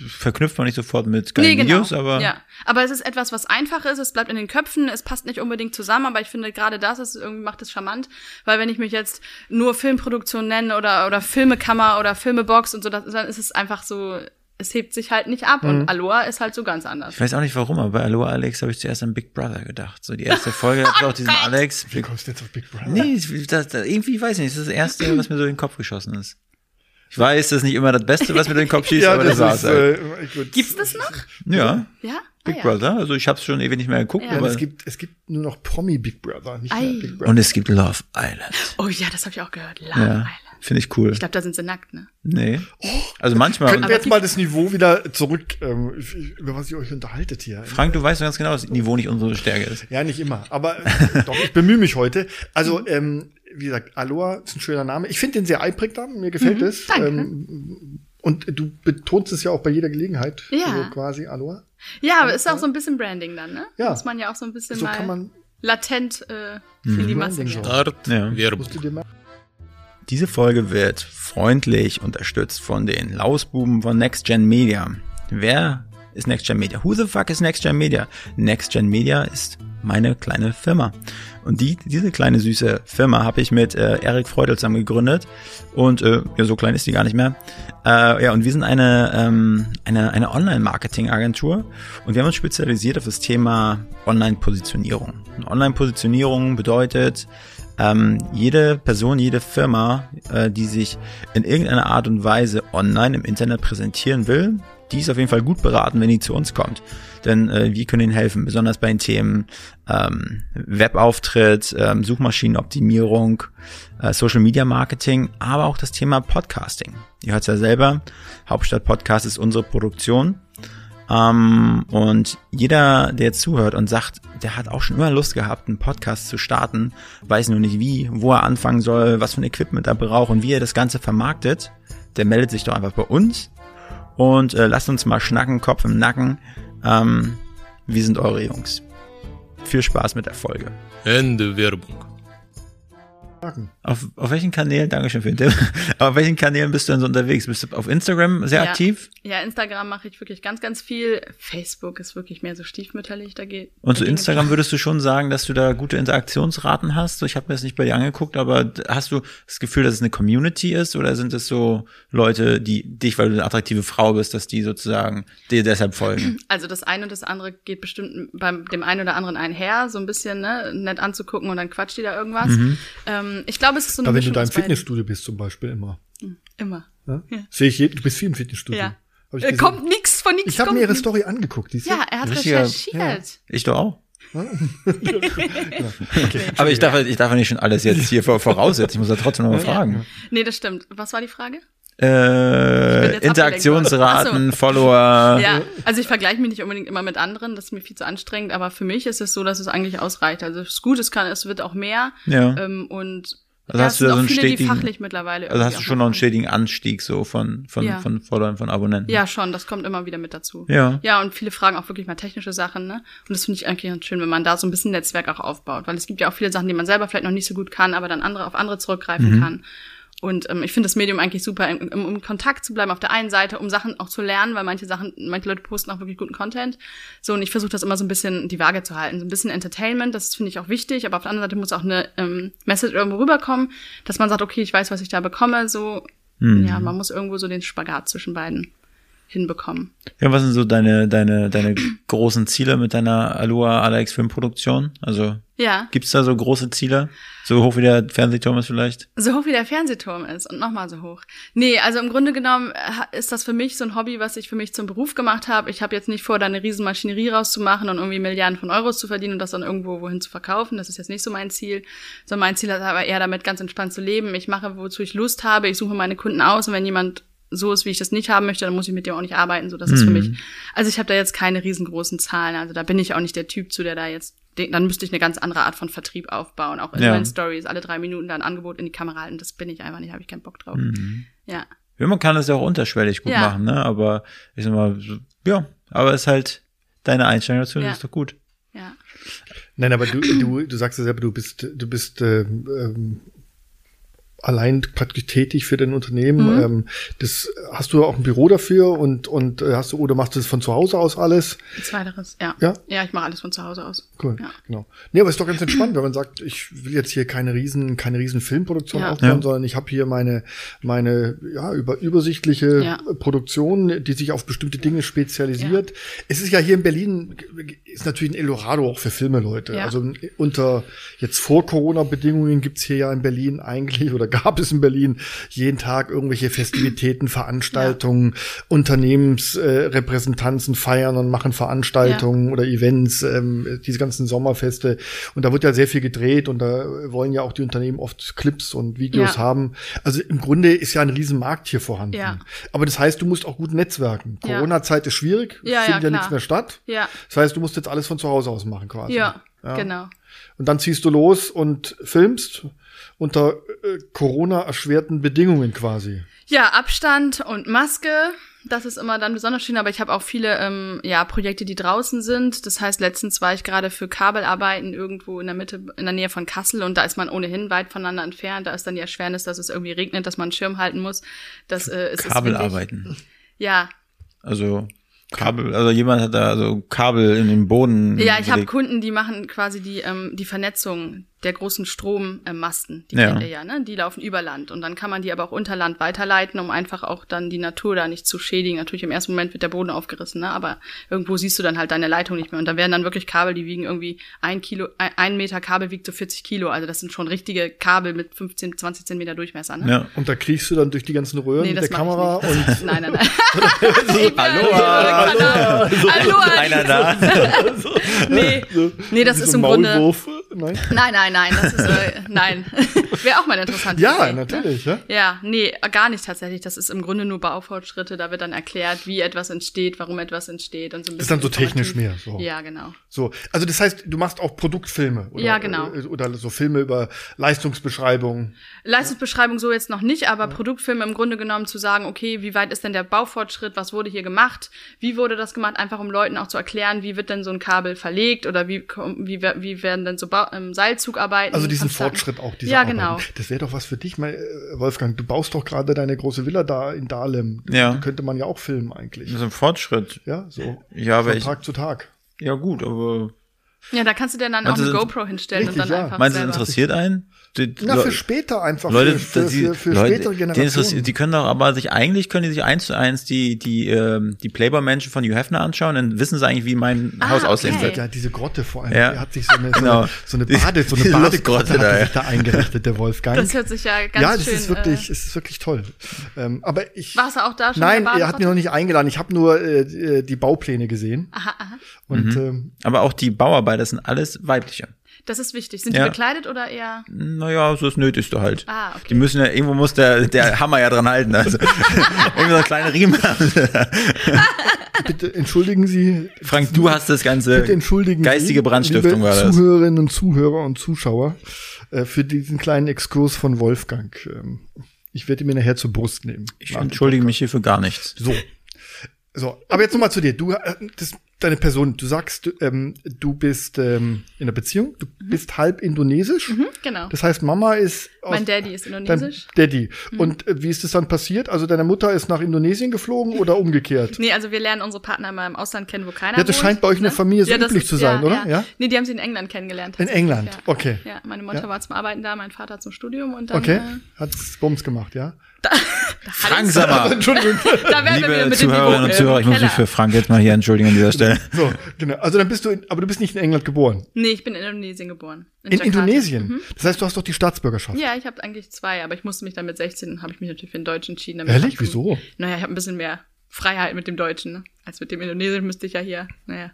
A: verknüpft man nicht sofort mit Sky
D: Nee, genau.
A: News, aber
D: ja. aber es ist etwas, was einfach ist, es bleibt in den Köpfen, es passt nicht unbedingt zusammen, aber ich finde gerade das ist irgendwie macht es charmant, weil wenn ich mich jetzt nur Filmproduktion nenne oder oder Filmekammer oder Filmebox und so, das, dann ist es einfach so, es hebt sich halt nicht ab und Aloha ist halt so ganz anders.
A: ich weiß auch nicht warum, aber bei Aloha Alex habe ich zuerst an Big Brother gedacht. So die erste Folge
D: Oh
A: hat auch diesen Alex.
C: Wie kommst du jetzt auf Big Brother?
A: Nee, ich- das, das, irgendwie weiß ich nicht. Das ist das Erste, was mir so in den Kopf geschossen ist. Ich weiß, das ist nicht immer das Beste, was mir durch den Kopf schießt,
C: Ja,
A: aber
C: das,
A: das,
C: ist,
A: war's halt.
C: äh, gut.
D: Gibt's das noch?
A: Ja,
D: äh, Ja?
A: Big
D: ah, ja.
A: Brother. Also ich habe es schon ewig nicht mehr geguckt.
D: Ja.
C: Nein,
A: aber
C: es, gibt, es gibt nur noch Promi Big Brother, nicht mehr
D: Ei.
C: Big Brother.
A: und es gibt Love Island.
D: Oh ja, das habe ich auch gehört. Love
A: Ja.
D: Island.
A: Finde ich cool.
D: Ich glaube, da sind sie nackt, ne?
A: Nee. Also manchmal.
C: Könnten
A: Und
C: wir jetzt mal das Niveau wieder zurück, ähm, über was ihr euch unterhaltet hier.
A: Frank, du weißt doch ganz genau, dass Niveau nicht unsere Stärke ist.
C: Ja, nicht immer, aber äh, doch, ich bemühe mich heute. Also, ähm, wie gesagt, Aloha ist ein schöner Name. Ich finde den sehr einprägsam, mir gefällt es.
D: Mhm. danke.
C: Ähm, und du betonst es ja auch bei jeder Gelegenheit,
D: Ja.
C: also quasi Aloha.
D: Ja, aber ist auch so ein bisschen Branding dann, ne?
C: Ja.
D: Muss man ja auch so ein bisschen
C: So
D: mal
C: kann man,
D: latent äh, für die Masse
C: Branding
D: gehen.
B: Start,
A: Ja.
C: musst du
B: Werbung.
C: dir mal
A: Diese Folge wird freundlich unterstützt von den Lausbuben von Next Gen Media. Wer ist Next Gen Media? Who the fuck is Next Gen Media? Next Gen Media ist meine kleine Firma. Und die, diese kleine süße Firma habe ich mit äh, Erik Freudel zusammen gegründet. Und äh, ja, so klein ist die gar nicht mehr. Äh, ja, und wir sind eine, ähm, eine, eine Online-Marketing-Agentur und wir haben uns spezialisiert auf das Thema Online-Positionierung. Und Online-Positionierung bedeutet, ähm, jede Person, jede Firma, äh, die sich in irgendeiner Art und Weise online im Internet präsentieren will, die ist auf jeden Fall gut beraten, wenn die zu uns kommt. Denn äh, wir können ihnen helfen, besonders bei den Themen ähm, Webauftritt, ähm, Suchmaschinenoptimierung, äh, Social Media Marketing, aber auch das Thema Podcasting. Ihr hört es ja selber, Hauptstadt Podcast ist unsere Produktion. Ähm, und jeder, der zuhört und sagt, der hat auch schon immer Lust gehabt, einen Podcast zu starten, weiß nur nicht wie, wo er anfangen soll, was für ein Equipment er braucht und wie er das Ganze vermarktet, der meldet sich doch einfach bei uns und äh, lasst uns mal schnacken, Kopf im Nacken. Ähm, wir sind eure Jungs. Viel Spaß mit der Folge.
B: Ende Werbung.
C: sagen.
A: Auf, auf welchen Kanälen, Dankeschön für den Tipp, Aber auf welchen Kanälen bist du denn so unterwegs? Bist du auf Instagram sehr
D: Ja.
A: aktiv?
D: Ja, Instagram mache ich wirklich ganz, ganz viel. Facebook ist wirklich mehr so stiefmütterlich. Da geht.
A: Und zu
D: da geht-
A: Instagram würdest du schon sagen, dass du da gute Interaktionsraten hast? So, Ich habe mir das nicht bei dir angeguckt, aber d- hast du das Gefühl, dass es eine Community ist oder sind es so Leute, die dich, weil du eine attraktive Frau bist, dass die sozusagen dir deshalb folgen?
D: Also das eine und das andere geht bestimmt beim dem einen oder anderen einher, so ein bisschen ne, nett anzugucken und dann quatscht die da irgendwas. Ähm, ich glaube, es ist so eine
C: Aber wenn du
D: Mischung
C: da im
D: aus beiden.
C: Fitnessstudio bist zum Beispiel immer.
D: immer.
C: Ne?
D: Ja.
C: Sehe ich, je- du bist viel im Fitnessstudio.
D: Ja.
C: Hab ich
D: Äh,
C: gesehen.
D: kommt nix von nix.
C: ich habe
D: kommt
C: mir ihre
D: nix.
C: Story angeguckt, die ist
D: Ja, er hat
A: Richtiger-
D: recherchiert.
A: Ich doch auch. aber ich darf, ich darf ja nicht schon alles jetzt hier vor- voraussetzen. Ich muss ja trotzdem nochmal fragen.
D: Nee, das stimmt. Was war die Frage?
A: Äh,
D: jetzt
A: Interaktionsraten,
D: abgelenkt worden.
A: Follower.
D: Ja, also ich vergleiche mich nicht unbedingt immer mit anderen, das ist mir viel zu anstrengend, aber für mich ist es so, dass es eigentlich ausreicht. Also es ist gut, es kann, es wird auch mehr.
A: Ja.
D: Ähm, und
A: Hm? Also
D: ja,
A: hast
D: es
A: du
D: sind
A: da
D: auch
A: so einen
D: viele, die
A: stetigen-
D: fachlich mittlerweile
A: Also hast
D: irgendwie
A: du
D: auch
A: schon noch einen
D: machen.
A: stetigen Anstieg so von, von,
D: Ja.
A: von Followern, von Abonnenten.
D: Ja, schon, das kommt immer wieder mit dazu.
A: Ja.
D: Ja, und viele fragen auch wirklich mal technische Sachen, ne? Und das finde ich eigentlich ganz schön, wenn man da so ein bisschen Netzwerk auch aufbaut, weil es gibt ja auch viele Sachen, die man selber vielleicht noch nicht so gut kann, aber dann andere auf andere zurückgreifen kann. Und ähm, ich finde das Medium eigentlich super, im, im, im Kontakt zu bleiben auf der einen Seite, um Sachen auch zu lernen, weil manche Sachen, manche Leute posten auch wirklich guten Content. So, und ich versuche das immer so ein bisschen die Waage zu halten. So ein bisschen Entertainment, das finde ich auch wichtig, aber auf der anderen Seite muss auch eine ähm, Message irgendwo rüberkommen, dass man sagt, okay, ich weiß, was ich da bekomme. So, ja, man muss irgendwo so den Spagat zwischen beiden hinbekommen.
A: Ja, was sind so deine, deine, deine großen Ziele mit deiner Aloha Alex Filmproduktion? Also
D: Ja,
A: gibt's da so große Ziele? So hoch wie der Fernsehturm ist vielleicht?
D: so hoch wie der Fernsehturm ist und nochmal so hoch. Nee, also im Grunde genommen äh, ha- ist das für mich so ein Hobby, was ich für mich zum Beruf gemacht habe. Ich habe jetzt nicht vor, da eine riesen Maschinerie rauszumachen und irgendwie Milliarden von Euros zu verdienen und das dann irgendwo wohin zu verkaufen. Das ist jetzt nicht so mein Ziel, sondern mein Ziel ist aber eher damit ganz entspannt zu leben. Ich mache, wozu ich Lust habe. Ich suche meine Kunden aus und wenn jemand so ist, wie ich das nicht haben möchte, dann muss ich mit dem auch nicht arbeiten. So, das ist für mich. Also ich habe da jetzt keine riesengroßen Zahlen. Also da bin ich auch nicht der Typ, zu der da jetzt. den- Dann müsste ich eine ganz andere Art von Vertrieb aufbauen. Auch in
A: Ja.
D: meinen Stories alle drei Minuten da ein Angebot in die Kamera halten. Das bin ich einfach nicht. Habe ich keinen Bock drauf.
A: Mhm.
D: Ja.
A: Ja, man kann das ja auch unterschwellig gut
D: Ja.
A: machen, ne? Aber ich sag mal, so, ja, aber ist halt deine Einstellung dazu,
D: Ja.
A: das ist doch gut.
D: Ja.
C: Nein, aber du, du, du sagst ja selber, du bist, du bist ähm, ähm, allein praktisch tätig für dein Unternehmen. Ähm, das hast du auch ein Büro dafür und und äh, hast du oder machst du das von zu Hause aus alles?
D: Zweiteres. Ja.
C: Ja.
D: ich mache alles von zu Hause aus.
C: Cool,
D: Ja.
C: genau. Nee, aber ist doch ganz entspannt, wenn man sagt, ich will jetzt hier keine riesen, keine riesen Filmproduktion
D: Ja.
C: aufbauen,
A: Ja.
C: sondern ich habe hier meine, meine ja, über, übersichtliche
D: Ja.
C: Produktion, die sich auf bestimmte Dinge spezialisiert. Es ist ja hier in Berlin, ist natürlich ein Eldorado auch für Filmeleute.
D: Ja.
C: Also unter jetzt vor Corona-Bedingungen gibt's hier ja in Berlin eigentlich oder gab es in Berlin jeden Tag irgendwelche Festivitäten, Veranstaltungen, Unternehmensrepräsentanzen feiern und machen Veranstaltungen oder Events, ähm, diese ganzen Sommerfeste. Und da wird ja sehr viel gedreht und da wollen ja auch die Unternehmen oft Clips und Videos
D: Ja.
C: haben. Also im Grunde ist ja ein Riesenmarkt hier vorhanden.
D: Ja.
C: Aber das heißt, du musst auch gut netzwerken.
D: Ja.
C: Corona-Zeit ist schwierig,
D: Ja,
C: findet
D: ja,
C: ja nichts
D: klar.
C: mehr statt.
D: Ja.
C: Das heißt, du musst jetzt alles von zu Hause aus machen quasi.
D: Ja, genau.
C: Und dann ziehst du los und filmst unter äh, Corona-erschwerten Bedingungen quasi.
D: Ja, Abstand und Maske, das ist immer dann besonders schön, aber ich habe auch viele ähm, ja, Projekte, die draußen sind. Das heißt, letztens war ich gerade für Kabelarbeiten irgendwo in der Mitte, in der Nähe von Kassel und da ist man ohnehin weit voneinander entfernt. Da ist dann die Erschwernis, dass es irgendwie regnet, dass man einen Schirm halten muss. Das äh, ist es windig.
A: Kabelarbeiten.
D: Ja,
A: Also Kabel, also jemand hat da so Kabel in den Boden.
D: Ja, ich habe
A: gelegt.
D: Kunden, die machen quasi die, ähm, die Vernetzung der großen Strommasten. Die
A: Ja.
D: kennt ihr ja, ne? Die laufen über Land. Und dann kann man die aber auch unter Land weiterleiten, um einfach auch dann die Natur da nicht zu schädigen. Natürlich im ersten Moment wird der Boden aufgerissen, ne? Aber irgendwo siehst du dann halt deine Leitung nicht mehr. Und da werden dann wirklich Kabel, die wiegen irgendwie ein Kilo, ein, ein Meter Kabel wiegt so 40 Kilo. Also das sind schon richtige Kabel mit 15, 20 Zentimeter Durchmesser, ne?
A: Ja.
C: Und da kriegst du dann durch die ganzen Röhren mit der
D: mach ich
C: Kamera
D: nicht.
C: und
D: Nein, nein, nein.
A: Hallo,
D: Hallo, hallo.
A: einer da.
D: Nee, nee, das
C: wie
D: ist
C: so
D: im
C: ein
D: Grunde.
C: Maulwurf. Nein?
D: Nein, nein, nein, das ist, äh, nein. Wäre auch mal interessant.
C: Ja, natürlich. Ja?
D: Ja, nee, gar nicht tatsächlich. Das ist im Grunde nur Baufortschritte. Da wird dann erklärt, wie etwas entsteht, warum etwas entsteht und so ein bisschen.
C: Das ist dann so technisch
D: informativ.
C: mehr, so.
D: Ja, genau.
C: So, also das heißt, du machst auch Produktfilme oder,
D: Ja, genau.
C: äh, oder so Filme über Leistungsbeschreibungen.
D: Leistungsbeschreibung so jetzt noch nicht, aber Produktfilme im Grunde genommen zu sagen, okay, wie weit ist denn der Baufortschritt, was wurde hier gemacht, wie wurde das gemacht, einfach um Leuten auch zu erklären, wie wird denn so ein Kabel verlegt oder wie, komm- wie, wer- wie werden denn so Bau, ähm, Seilzugarbeiten.
C: Also diesen
D: vonstatten.
C: Fortschritt auch dieser
D: Ja,
C: Arbeiten.
D: genau.
C: Das wäre doch was für dich, mein, äh, Wolfgang. Du baust doch gerade deine große Villa da in Dahlem.
A: Ja.
C: Die könnte man ja auch filmen eigentlich.
A: Das ist ein Fortschritt.
C: Ja, so.
A: Ja, aber
C: Von
A: ich,
C: Tag zu Tag.
A: ja gut, aber
D: Ja, da kannst du dir dann
A: Meinst
D: auch eine
A: du, das-
D: GoPro hinstellen
C: Richtig,
D: und
C: ja.
D: dann einfach.
A: meinst du, das
D: selber.
A: interessiert einen? Die,
C: Na,
A: Le-
C: für später einfach.
A: Leute,
C: für, für,
A: die,
C: für, für
A: Leute
C: spätere
A: die interessiert-
C: Generationen.
A: die können doch aber sich eigentlich können die sich eins zu eins die die ähm, die Playboy-Menschen von Hugh Hefner anschauen, dann wissen sie eigentlich, wie mein
D: Ah,
A: Haus aussehen
D: okay.
A: wird.
C: ja, diese Grotte vor allem,
A: Ja.
C: der hat sich so eine,
A: Genau.
C: so eine, so eine, Bade, so eine
A: Die
C: Badegrotte
A: Lustgrotte
C: hat
A: da,
C: er
A: ja.
C: sich da eingerichtet, der Wolfgang.
D: Das hört sich ja ganz
C: ja, das
D: schön. äh,
C: ist wirklich, es ist wirklich toll. Ähm, aber ich
D: Warst du auch da schon
C: Nein,
D: in der
C: er hat mich noch nicht eingeladen. Ich habe nur äh, die- die Baupläne gesehen
D: Aha, aha.
A: Mhm.
C: und ähm,
A: Aber auch die Bauarbeiter sind alles weibliche.
D: Das ist wichtig. Sind
A: Ja.
D: die bekleidet oder eher?
A: Naja, so das Nötigste halt.
D: Ah, okay.
A: Die müssen ja, irgendwo muss der, der Hammer ja dran halten. Also irgendwie so ein kleiner Riemen.
C: bitte entschuldigen Sie,
A: Frank, du hast das ganze
C: bitte entschuldigen
A: geistige
C: Sie,
A: Brandstiftung
C: liebe
A: war das.
C: Zuhörerinnen und Zuhörer und Zuschauer äh, für diesen kleinen Exkurs von Wolfgang. Ähm, ich werde ihn mir nachher zur Brust nehmen.
A: Ich
C: Nach-
A: entschuldige mich hier für gar nichts.
C: So. So, aber jetzt nochmal zu dir. Du, äh, das, deine Person, du sagst, du, ähm, du bist ähm, in einer Beziehung, du bist halb indonesisch.
D: Mhm. Genau.
C: Das heißt, Mama ist aus
D: mein Daddy ist indonesisch. Mhm.
C: Dein Daddy. Und äh, wie ist es dann passiert? Also deine Mutter ist nach Indonesien geflogen oder umgekehrt?
D: Nee, also wir lernen unsere Partner immer im Ausland kennen, wo keiner
C: Ja, das
D: wohnt,
C: scheint bei euch in der Familie so
D: das
C: üblich zu sein,
D: ja,
C: oder?
D: Ja.
C: Ja?
D: Nee, die haben sie in England kennengelernt.
C: In
D: tatsächlich,
C: England,
D: ja.
C: okay.
D: Ja, meine Mutter
C: Ja.
D: war zum Arbeiten da, mein Vater zum Studium und dann
C: Okay,
D: äh,
C: hat's Bums gemacht, ja?
A: Frank, sag mal.
C: Entschuldigung.
D: da werden wir wieder
A: Liebe
D: mit
A: Zuhörerinnen
D: dem Niveau
A: und
D: im
A: Zuhörer, ich muss mich
D: Keller.
A: für Frank jetzt mal hier entschuldigen an dieser Stelle.
C: So, genau. Also dann bist du, in, aber du bist nicht in England geboren.
D: Nee, ich bin in Indonesien geboren.
C: In
D: Jakarta. Mhm.
C: Indonesien. Das heißt, du hast doch die Staatsbürgerschaft.
D: Ja, ich habe eigentlich zwei, aber ich musste mich dann mit 16, habe ich mich natürlich für den Deutschen entschieden. damit
C: Ehrlich?
D: ich-
C: Wieso?
D: Naja, ich habe ein bisschen mehr Freiheit mit dem Deutschen, ne? als mit dem Indonesischen müsste ich ja hier, naja.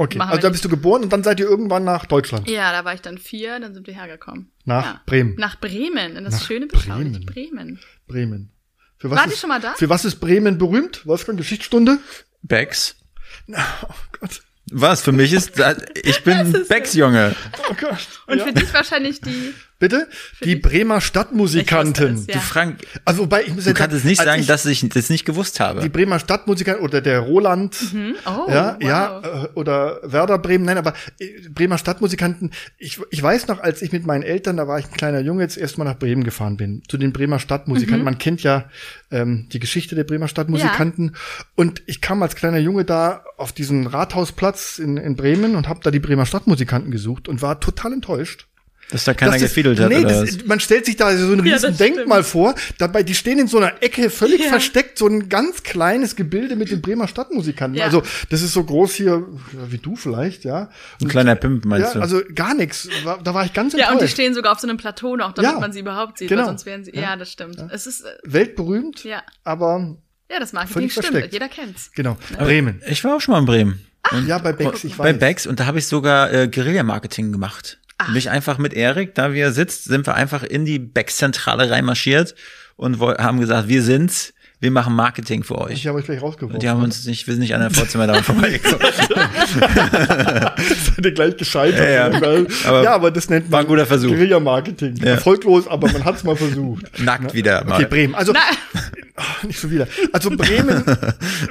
C: Okay,
D: Machen wir
C: also da
D: nicht.
C: bist du geboren und dann seid ihr irgendwann nach Deutschland.
D: Ja, da war ich dann vier, dann sind wir hergekommen.
C: Nach
D: ja.
C: Bremen.
D: Nach Bremen, in das
C: Nach
D: schöne, beschauliche Bremen.
C: Bremen. Für
D: Wart ihr
C: ist,
D: schon mal da?
C: Für was ist Bremen berühmt? Wolfgang, Geschichtsstunde?
A: Becks?
C: Oh Gott,
A: Was? Für mich ist das, ich bin Becks Junge.
C: oh Gott.
D: Und
C: ja.
D: für dich wahrscheinlich die,
C: Bitte? Die Bremer Stadtmusikanten.
D: Ich wusste es,
A: Du
D: Ja.
A: Frank,
C: Also wobei ich muss
A: du kannst es nicht
C: als
A: sagen,
C: ich
A: dass ich das nicht gewusst
C: die
A: habe.
C: Bremer Stadtmusikanten oder der Roland,
D: oh,
C: ja,
D: wow.
C: ja, äh, oder Werder Bremen, nein, aber äh, Bremer Stadtmusikanten, ich, ich weiß noch, als ich mit meinen Eltern, da war ich ein kleiner Junge, jetzt erstmal nach Bremen gefahren bin, zu den Bremer
D: Mhm.
C: Stadtmusikanten. Man kennt ja ähm, die Geschichte der Bremer Stadtmusikanten. Und ich kam als kleiner Junge da auf diesen Rathausplatz in, in Bremen und habe da die Bremer Stadtmusikanten gesucht und war total enttäuscht.
A: Dass da keiner
C: dass das-
A: gefiedelt hat.
C: Nee,
A: oder
C: das, man stellt sich da so ein
D: Ja, das
C: riesen Denkmal vor. Dabei, die stehen in so einer Ecke völlig
D: Ja.
C: versteckt, so ein ganz kleines Gebilde mit den Bremer Stadtmusikanten.
D: Ja.
C: Also, das ist so groß hier, ja, wie du vielleicht, ja.
A: was? Ein kleiner Pimp, meinst
C: ja,
A: du?
C: also gar nichts. War- Da war ich ganz
D: Ja, und die
C: enttäuscht.
D: stehen sogar auf so einem Plateau noch, damit
C: Ja,
D: man sie überhaupt sieht,
C: genau.
D: weil sonst wären sie. Ja, das stimmt. Es ist äh,
C: Weltberühmt,
D: Ja.
C: aber
D: ja das Marketing
C: Völlig
D: stimmt.
C: versteckt.
D: Jeder kennt's.
C: genau. Bremen.
A: ich war auch schon mal in Bremen.
C: Ja, bei Bex, ich
A: bei
C: weiß. Ah.
A: Becks und da habe ich sogar äh, Guerilla-Marketing gemacht.
D: Ach.
A: Mich einfach mit Erik, da wir sitzt, sind wir einfach in die Becks-Zentrale reinmarschiert und woll- haben gesagt, wir sind's, wir machen Marketing für euch.
C: Ich habe euch gleich rausgeworfen.
A: Und die haben uns nicht, wir sind nicht an der Vorzimmer da vorbeigekommen.
C: Seid ihr gleich gescheitert. ne?
A: Ja, ja.
C: Weil-
A: Aber
C: ja, aber das nennt
A: war ein
C: man
A: guter Versuch.
C: Guerilla-Marketing. Erfolglos, aber man hat es mal versucht. Ne?
A: Nackt wieder mal.
C: Okay, Bremen. Also
D: Na,
C: oh, nicht so wieder. Also Bremen,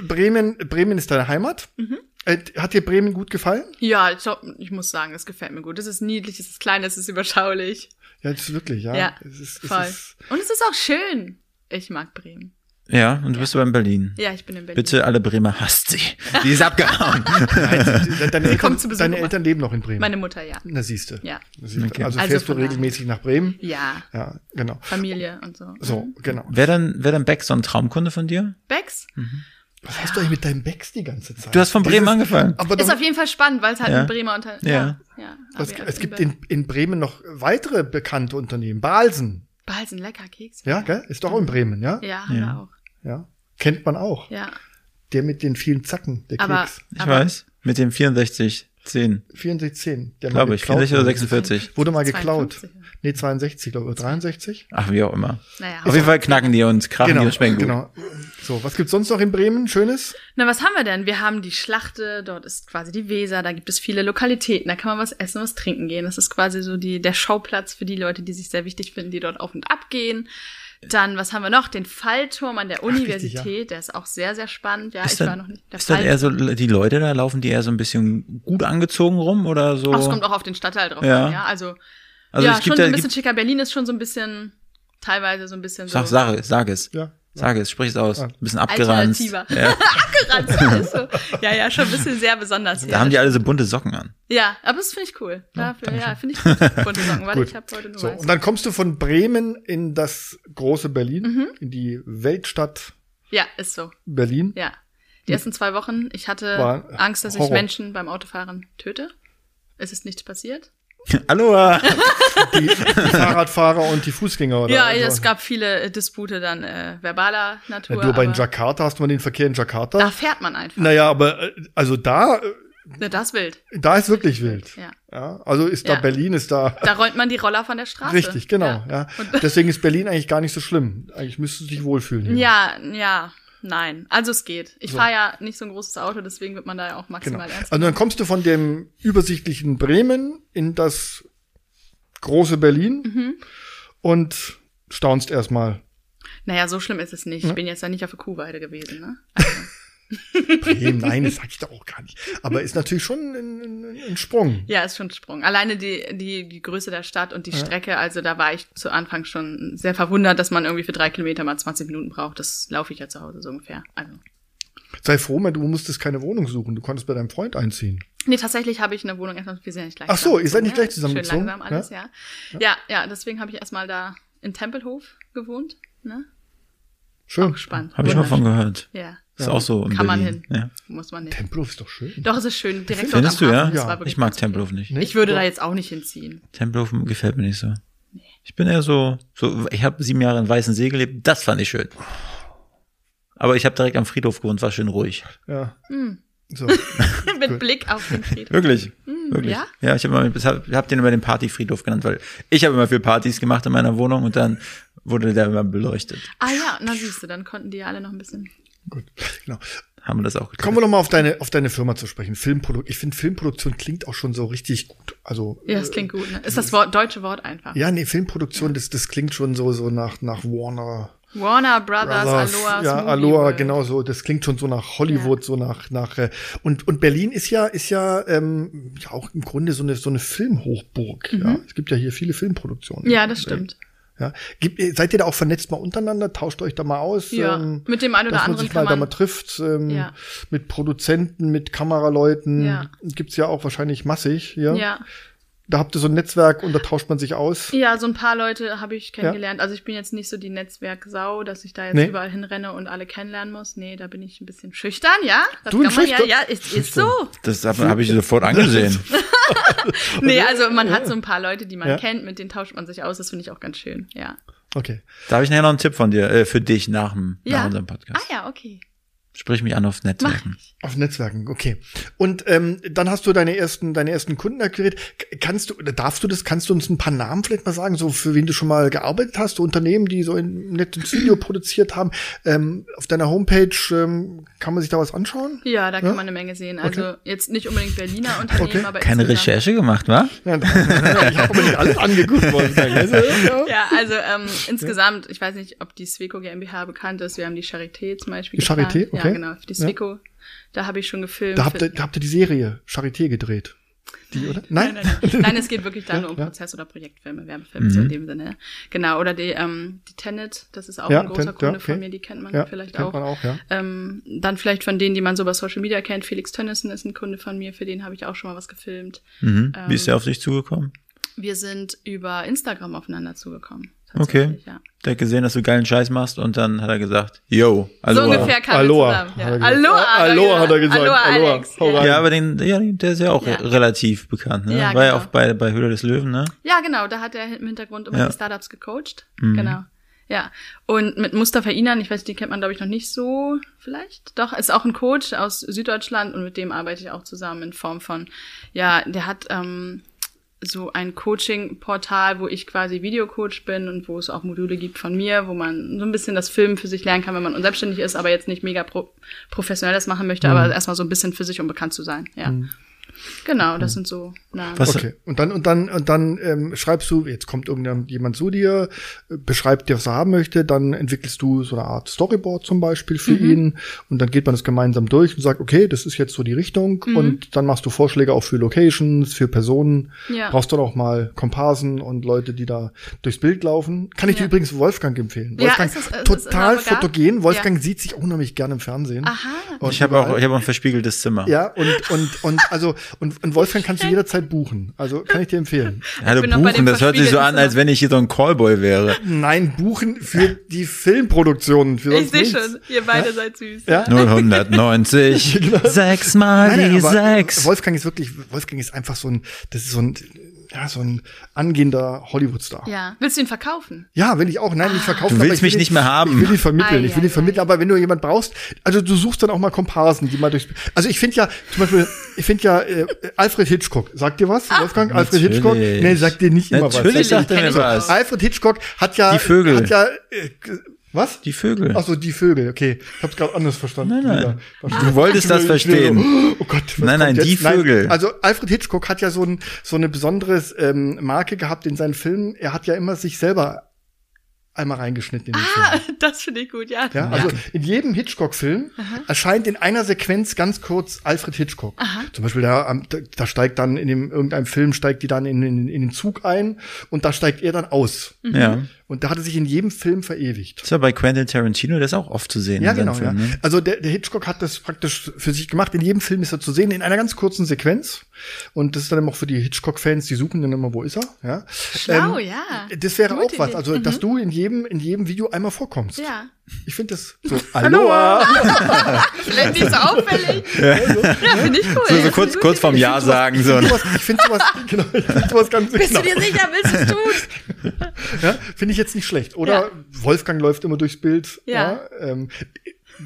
C: Bremen, Bremen ist deine Heimat.
D: Mhm.
C: Äh, Hat dir Bremen gut gefallen?
D: ja, ich, glaub, ich muss sagen, es gefällt mir gut. Es ist niedlich, es ist klein, es ist überschaulich.
C: Ja, das ist wirklich, ja.
D: Ja,
C: es ist, es
D: Voll.
C: ist,
D: und es ist auch schön. Ich mag Bremen.
A: Ja, und du bist aber in Berlin.
D: Ja, ich bin in Berlin.
A: Bitte alle Bremer hasst sie. Die ist abgehauen.
C: deine, äh, deine, Eltern,
D: kommt zu Besuch
C: deine
D: immer.
C: Eltern leben noch in Bremen.
D: Meine Mutter, ja.
C: Na, siehst du.
D: Ja.
A: Okay.
C: Also,
D: Also
C: fährst du
D: von daher.
C: regelmäßig nach Bremen.
D: Ja.
C: Ja, genau.
D: Familie und so. Mhm.
C: So, genau.
A: Wäre dann, wär dann Beck so ein Traumkunde von dir?
D: Becks?
C: Was hast du eigentlich mit deinem Becks die ganze Zeit?
A: Du hast von Bremen
C: Dieses-
A: angefangen.
C: Aber
D: Ist
C: doch-
D: auf jeden Fall spannend, weil es halt
A: Ja.
D: ein Bremer unter.
A: Ja.
D: ja, ja. Aber
C: es,
D: ja,
C: es gibt
D: Berlin-
C: in, in Bremen noch weitere bekannte Unternehmen. Balsen,
D: Balsen, lecker Keks.
C: ja, gell? Ist doch auch in Bremen, ja?
D: Ja,
A: Ja.
D: auch.
C: Ja. Kennt man auch.
D: Ja.
C: Der mit den vielen Zacken, der
D: Aber-
C: Keks.
A: Ich
D: Aber-
A: weiß. Mit dem 64, 10,
C: 6410. Der mal
A: glaube ich.
C: geklaut
A: 64 oder
C: wurde.
A: 46.
C: Wurde mal
D: 52,
C: geklaut. Nee, 62, glaube ich, oder 63.
A: Ach, wie auch immer.
D: Naja.
A: Auf jeden Fall knacken die uns, krachen die und schmecken gut.
C: genau. So, was gibt's sonst noch in Bremen? Schönes?
D: Na, was haben wir denn? Wir haben die Schlachte, dort ist quasi die Weser, da gibt es viele Lokalitäten, da kann man was essen, was trinken gehen. Das ist quasi so die, der Schauplatz für die Leute, die sich sehr wichtig finden, die dort auf und ab gehen. Dann, was haben wir noch? Den Fallturm an der Universität, der ist auch sehr, sehr spannend. Ja, ich
A: Ist
D: war
A: dann,
D: noch nicht. Der
A: ist dann
D: Fall-
A: eher so, die Leute da laufen die eher so ein bisschen gut angezogen rum oder so?
D: Ach, es kommt auch auf den Stadtteil drauf
A: Ja.
D: an, ja. Also,
A: also
D: ja,
A: es gibt
D: schon so
A: da,
D: ein bisschen
A: gibt,
D: schicker. Berlin ist schon so ein bisschen, teilweise so ein bisschen
A: sag,
D: so
A: sag, sag es.
C: Ja.
A: Sag es, sprich es aus. Ein bisschen abgeranzt.
D: alternativer. Abgeranzt, alles so. Ja, ja, schon ein bisschen sehr besonders.
A: Da haben die alle so bunte Socken an.
D: Ja, aber das finde ich cool. Dafür, ja, finde ich gut. Bunte Socken. Warte,
C: Gut.
D: ich habe heute nur
C: So,
D: weiß.
C: und dann kommst du von Bremen in das große Berlin,
D: Mhm.
C: in die Weltstadt
D: Ja, ist so.
C: Berlin.
D: Ja. Die ersten zwei Wochen, ich hatte
C: Hm. War
D: Angst, dass ich
C: Horror.
D: Menschen beim Autofahren töte. Es ist nichts passiert.
A: Aloha!
C: Die, die Fahrradfahrer und die Fußgänger. Oder
D: ja,
C: also,
D: es gab viele äh, Dispute dann äh, verbaler Natur.
C: Ja, du, aber in
D: aber
C: Jakarta hast man den Verkehr in Jakarta.
D: da fährt man einfach.
C: naja, aber äh, also da, äh,
D: Ne, das ist wild.
C: da ist wirklich wild.
D: Ja.
C: Ja, also ist da
D: Ja.
C: Berlin, ist da
D: Da rollt man die Roller von der Straße.
C: richtig, genau.
D: Ja,
C: Ja. Deswegen ist Berlin eigentlich gar nicht so schlimm. Eigentlich müsstest du dich wohlfühlen. hier.
D: ja, ja, nein. Also es geht. Ich
C: So.
D: fahre ja nicht so ein großes Auto, deswegen wird man da ja auch
C: Genau.
D: maximal ernst.
C: Also dann kommst du von dem übersichtlichen Bremen in das große Berlin
D: Mhm.
C: und staunst erstmal.
D: Naja, so schlimm ist es nicht. Ich bin jetzt ja nicht auf der Kuhweide gewesen. Ne?
C: Bremen, nein, das sag ich doch auch gar nicht. Aber ist natürlich schon ein, ein, ein Sprung.
D: Ja, ist schon ein Sprung. Alleine die, die, die Größe der Stadt und die Strecke, also da war ich zu Anfang schon sehr verwundert, dass man irgendwie für drei Kilometer mal 20 Minuten braucht. Das laufe ich ja zu Hause so ungefähr. Also.
C: Sei froh, man, du musstest keine Wohnung suchen. Du konntest bei deinem Freund einziehen.
D: Nee, tatsächlich habe ich eine Wohnung erstmal, wir sind ja nicht gleich
C: Ach so, ihr seid nicht gleich
D: zusammen. ne? Schön
C: zusammengezogen,
D: langsam alles, ja. Ja, ja, deswegen habe ich erstmal da in Tempelhof gewohnt. Ne?
C: Schön.
D: Auch spannend.
A: Habe ich mal von gehört.
D: Ja,
A: Ist auch so in
D: kann man
A: Berlin.
D: hin.
A: Ja.
D: Muss man nicht.
C: Tempelhof ist doch schön.
D: Doch, es ist schön, direkt dort
A: Findest du,
D: am
A: ja?
D: Hafen. das war wirklich
A: Ich mag
D: ganz okay.
A: Tempelhof nicht.
C: Nee?
D: Ich würde
C: Doch.
D: da jetzt auch nicht hinziehen.
A: Tempelhof gefällt mir nicht so. Ich bin eher so, so ich habe sieben Jahre in Weißensee gelebt, das fand ich schön. Aber ich habe direkt am Friedhof gewohnt, war schön ruhig.
C: Ja.
D: Hm.
C: So.
D: Mit Blick auf den Friedhof.
A: Wirklich? Wirklich?
D: Hm, ja?
A: Ja, ich habe hab, hab den immer den Partyfriedhof genannt, weil ich habe immer viel Partys gemacht in meiner Wohnung und dann wurde der immer beleuchtet.
D: Ah ja, na siehst du, dann konnten die ja alle noch ein bisschen.
C: Gut. Genau.
A: Haben wir das auch geklärt.
C: Kommen wir nochmal auf deine, auf deine Firma zu sprechen. Filmprodukt. Ich finde, Filmproduktion klingt auch schon so richtig gut. Also,
D: Ja, das
C: äh,
D: klingt gut. Ne? Ist das Wort, deutsche Wort einfach.
C: Ja, nee, Filmproduktion, das, das klingt schon so, so nach, nach Warner.
D: Warner Brothers,
C: Brothers,
D: Aloha,
C: ja,
D: Smoothie
C: Aloha,
D: World.
C: genau so. Das klingt schon so nach Hollywood, so nach, nach, äh, und, und Berlin ist ja, ist ja, ähm, ja auch im Grunde so eine, so eine Filmhochburg, ja. Es gibt ja hier viele Filmproduktionen.
D: Mhm. Ja, das stimmt.
C: Ja. Gibt, ihr- seid ihr da auch vernetzt mal untereinander? Tauscht euch da mal aus? ähm,
D: Ja, mit dem einen oder
C: Äh, dass man
D: anderen
C: sich
D: kann
C: mal da
D: man-
C: mal trifft, ähm,
D: Ja.
C: mit Produzenten, mit Kameraleuten.
D: Ja.
C: Gibt's ja auch wahrscheinlich massig, ja.
D: Ja.
C: Da habt ihr so ein Netzwerk und da tauscht man sich aus.
D: Ja, so ein paar Leute habe ich kennengelernt. Also ich bin jetzt nicht so die Netzwerksau, dass ich da jetzt
C: Nee.
D: überall hinrenne und alle kennenlernen muss. Nee, da bin ich ein bisschen schüchtern, ja? Das
C: Du ein
D: ja,
C: Schüchtern-
D: ja, ist, ist so.
A: Das habe hab ich sofort angesehen.
D: Nee, also man hat so ein paar Leute, die man
C: Ja.
D: kennt, mit denen tauscht man sich aus. Das finde ich auch ganz schön, ja.
C: Okay.
A: Da habe ich nachher noch einen Tipp von dir, äh, für dich nach, dem,
D: Ja.
A: nach unserem
D: Ah
A: Podcast.
D: ja, okay.
A: Sprich mich an auf
D: Mach
A: Netzwerken.
D: ich.
C: Auf Netzwerken, okay. Und ähm, dann hast du deine ersten, deine ersten Kunden akquiriert. K- Kannst du, oder darfst du das, kannst du uns ein paar Namen vielleicht mal sagen, so für wen du schon mal gearbeitet hast, so Unternehmen, die so ein nettes Video produziert haben. Ähm, auf deiner Homepage ähm, kann man sich da was anschauen?
D: Ja, da kann
C: Ja?
D: man eine Menge sehen. Also jetzt nicht unbedingt Berliner Unternehmen,
C: Okay.
D: aber
A: Keine
D: insgesamt-
A: Recherche gemacht, wa?
C: Nein, nein, ich habe mir nicht alles angeguckt, Wolfgang. Also, ja.
D: Ja, also ähm, insgesamt, ich weiß nicht, ob die Sweco GmbH bekannt ist. Wir haben die Charité zum Beispiel.
C: Die Charité,
D: geplant.
C: okay.
D: Ja, genau, für die Sweco. Da habe ich schon gefilmt.
C: Da habt,
D: Für-
C: ihr, da habt ihr die Serie Charité gedreht. Die, oder? Nein?
D: Nein, nein, nein. nein, es geht wirklich dann nur um
C: Ja. Mhm.
D: Prozess- oder Projektfilme, Werbefilme so in dem Sinne. Genau, oder die, ähm, die Tenet, das ist auch
C: Ja,
D: ein großer
C: Tenet, ja,
D: Kunde
C: okay.
D: von mir, die kennt man
C: Ja,
D: vielleicht
C: kennt
D: auch.
C: man auch, ja.
D: Ähm, dann vielleicht von denen, die man so über Social Media kennt. Felix Tönnissen ist ein Kunde von mir, für den habe ich auch schon mal was gefilmt.
A: Mhm.
D: Ähm,
A: Wie ist der auf dich zugekommen?
D: Wir sind über Instagram aufeinander zugekommen.
A: Okay.
D: tatsächlich, Ja.
A: Der hat gesehen, dass du geilen Scheiß machst und dann hat er gesagt, yo, also.
D: So ungefähr kam
C: Aloha,
D: er
C: hat er
D: zusammen.
C: gesagt.
D: Ja. Aloha, hat er
C: Aloha, hat er
D: gesagt.
C: gesagt. Aloha,
D: Aloha, Alex.
C: hau rein.
D: Ja.
A: Ja, aber den, ja, der ist ja auch
D: Ja.
A: re- relativ bekannt, ne?
D: Ja,
A: War ja
D: genau.
A: auch bei, bei Höhle des Löwen, ne?
D: ja, genau, da hat er im Hintergrund immer
A: Ja. Mhm.
D: die Startups gecoacht. Genau. Ja, und mit Mustafa Inan, ich weiß, den kennt man glaube ich noch nicht so, vielleicht. Doch, ist auch ein Coach aus Süddeutschland und mit dem arbeite ich auch zusammen in Form von, ja, der hat ähm, so ein Coaching-Portal, wo ich quasi Videocoach bin und wo es auch Module gibt von mir, wo man so ein bisschen das Filmen für sich lernen kann, wenn man unselbstständig ist, aber jetzt nicht mega pro professionell das machen
A: Mhm.
D: möchte, aber erstmal so ein bisschen für sich, um bekannt zu sein. Ja. Genau, das sind so Namen.
A: Was-
C: Okay. Und dann, und dann, und dann ähm, schreibst du, jetzt kommt irgendjemand zu dir, äh, beschreibt dir, was er haben möchte, dann entwickelst du so eine Art Storyboard zum Beispiel für
D: Mhm.
C: ihn und dann geht man das gemeinsam durch und sagt, okay, das ist jetzt so die Richtung
D: Mhm.
C: und dann machst du Vorschläge auch für Locations, für Personen.
D: Ja.
C: Brauchst du auch mal Komparsen und Leute, die da durchs Bild laufen. Kann ich dir
D: Ja.
C: übrigens Wolfgang empfehlen.
D: Ja,
C: Wolfgang,
D: es ist- es ist
C: total
D: immer begabt.
C: fotogen.
D: Ja.
C: Wolfgang sieht sich unheimlich gerne im Fernsehen.
D: Aha.
C: Und
A: Ich habe auch,
C: überall.
A: ich habe auch ein verspiegeltes Zimmer.
C: Ja, und, und, und, also, und, und Wolfgang kannst du jederzeit buchen. Also, kann ich dir empfehlen.
A: Hallo
D: bin noch bei
A: Buchen,
D: dem
A: das hört sich so an,
D: verspiegelten
A: als wenn ich hier so ein Callboy wäre.
C: Nein, buchen für die Filmproduktionen. Für
D: Ich
C: sonst
D: sehe
C: nichts.
D: schon, ihr beide seid süß.
C: Ja.
A: 090, sechs mal
C: Genau. Nein,
A: die
C: nein, aber
A: sechs.
C: Wolfgang ist wirklich, Wolfgang ist einfach so ein, das ist so ein, ja, so ein angehender Hollywood-Star.
D: Ja. Willst du ihn verkaufen?
C: Ja, will ich auch. Nein, nicht verkaufen.
A: Du
C: aber
A: willst
C: ich will
A: mich
C: ihn-
A: nicht mehr haben.
C: Ich will ihn vermitteln.
D: Ei,
C: ich will ihn
D: ei,
C: vermitteln. Aber wenn du jemand brauchst, also du suchst dann auch mal Komparsen, die mal durchs. Also ich finde ja, zum Beispiel, ich finde ja äh, Alfred Hitchcock. Sagt dir
D: Ah.
C: was, Wolfgang? Alfred
A: Natürlich.
C: Hitchcock? Nee, sagt dir nicht immer
A: Natürlich
C: was.
A: sagt er mir
D: Kenn ich
A: was.
D: auch.
C: Alfred Hitchcock hat ja.
A: Die Vögel.
C: Hat ja. Äh, g- was?
A: Die Vögel.
C: Ach so, die Vögel, okay. Ich hab's gerade anders verstanden.
A: Nein, nein.
C: Ja.
A: Du wolltest das verstehen.
C: Oh Gott. was
A: Nein, nein,
C: kommt
A: die Vögel.
C: also Alfred Hitchcock hat ja so, ein, so eine besondere ähm, Marke gehabt in seinen Filmen. Er hat ja immer sich selber einmal reingeschnitten in den Film.
D: Ah, das finde ich gut, ja.
C: Ja, also in jedem Hitchcock-Film erscheint in einer Sequenz ganz kurz Alfred Hitchcock. Zum Beispiel da, am- da- da steigt dann in dem, irgendeinem Film steigt die dann in, in, in den Zug ein und da steigt er dann aus.
A: Ja.
C: Und da hat er sich in jedem Film verewigt.
A: Ist ja bei Quentin Tarantino, der ist auch oft zu sehen.
C: Ja,
A: in seinen
C: genau.
A: Filmen,
C: ja.
A: ne?
C: Also der, der Hitchcock hat das praktisch für sich gemacht. In jedem Film ist er zu sehen, in einer ganz kurzen Sequenz. Und das ist dann immer auch für die Hitchcock-Fans, die suchen dann immer, wo ist er? Ja. Ähm,
D: Schlau, ja.
C: Das wäre
D: Gute
C: auch was,
D: Idee. Mhm.
C: also dass du in jedem, in jedem Video einmal vorkommst.
D: Ja.
C: Ich finde das so. Aloha!
D: Vielleicht nicht so auffällig. Ja, finde ich cool.
A: So,
D: Das
A: so
D: ist
A: kurz, kurz
D: eine gute
A: vom Ja sagen, so. ne?
C: Sowas- Ich finde sowas, genau, ich find sowas ganz
D: Idee. Bist
C: genau.
D: du dir sicher, willst du es tun?
C: ja, Finde ich jetzt nicht schlecht. Oder
D: Ja.
C: Wolfgang läuft immer durchs Bild.
D: Ja.
C: ähm,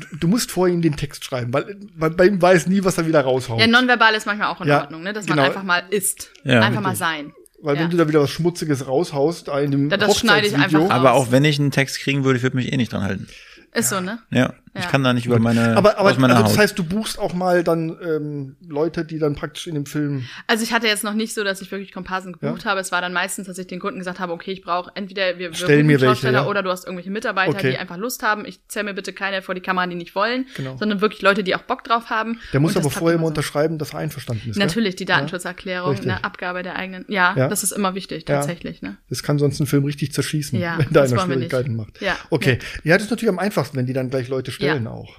C: du- du musst vor ihm den Text schreiben, weil weil bei ihm weiß nie, was er wieder raushaut.
D: Ja, nonverbal ist manchmal auch in
C: Ja,
D: Ordnung, ne? dass
C: genau.
D: man einfach mal ist.
A: Ja.
D: einfach mal sein.
C: Weil
D: ja.
C: wenn du da wieder was Schmutziges raushaust, einem
D: Ja, das schneide ich
C: Hochzeitsvideo-
D: einfach
A: Aber
D: raus.
A: auch wenn ich einen Text kriegen würde, ich würde mich eh nicht dran halten.
D: Ist so, ne?
A: Ja. Ich
D: Ja.
A: kann da nicht über meine,
C: Aber, aber
A: aus meiner
C: also das
A: Haut.
C: heißt, du buchst auch mal dann ähm, Leute, die dann praktisch in dem Film.
D: Also ich hatte jetzt noch nicht so, dass ich wirklich Komparsen gebucht habe. Es war dann meistens, dass ich den Kunden gesagt habe, okay, ich brauche entweder wir, wir
C: Stell
D: rufen
C: mir welche,
D: Schausteller
C: ja.
D: oder du hast irgendwelche Mitarbeiter,
C: Okay.
D: die einfach Lust haben. Ich zähle mir bitte keine vor die Kamera, die nicht wollen,
C: Genau.
D: sondern wirklich Leute, die auch Bock drauf haben.
C: Der muss
D: Und das
C: aber
D: klappt
C: vorher
D: immer
C: immer
D: so.
C: unterschreiben, dass er einverstanden ist. Gell?
D: Natürlich, die Datenschutzerklärung,
C: Richtig.
D: eine Abgabe der eigenen. Ja,
C: Ja.
D: das ist immer wichtig,
C: Ja.
D: tatsächlich. Ne?
C: Das kann sonst einen Film richtig zerschießen,
D: Ja,
C: wenn da
D: das
C: einer
D: wollen wir nicht.
C: Schwierigkeiten macht.
D: Ja,
C: Okay. Ja. das ist natürlich am einfachsten, wenn die dann gleich Leute stellen auch.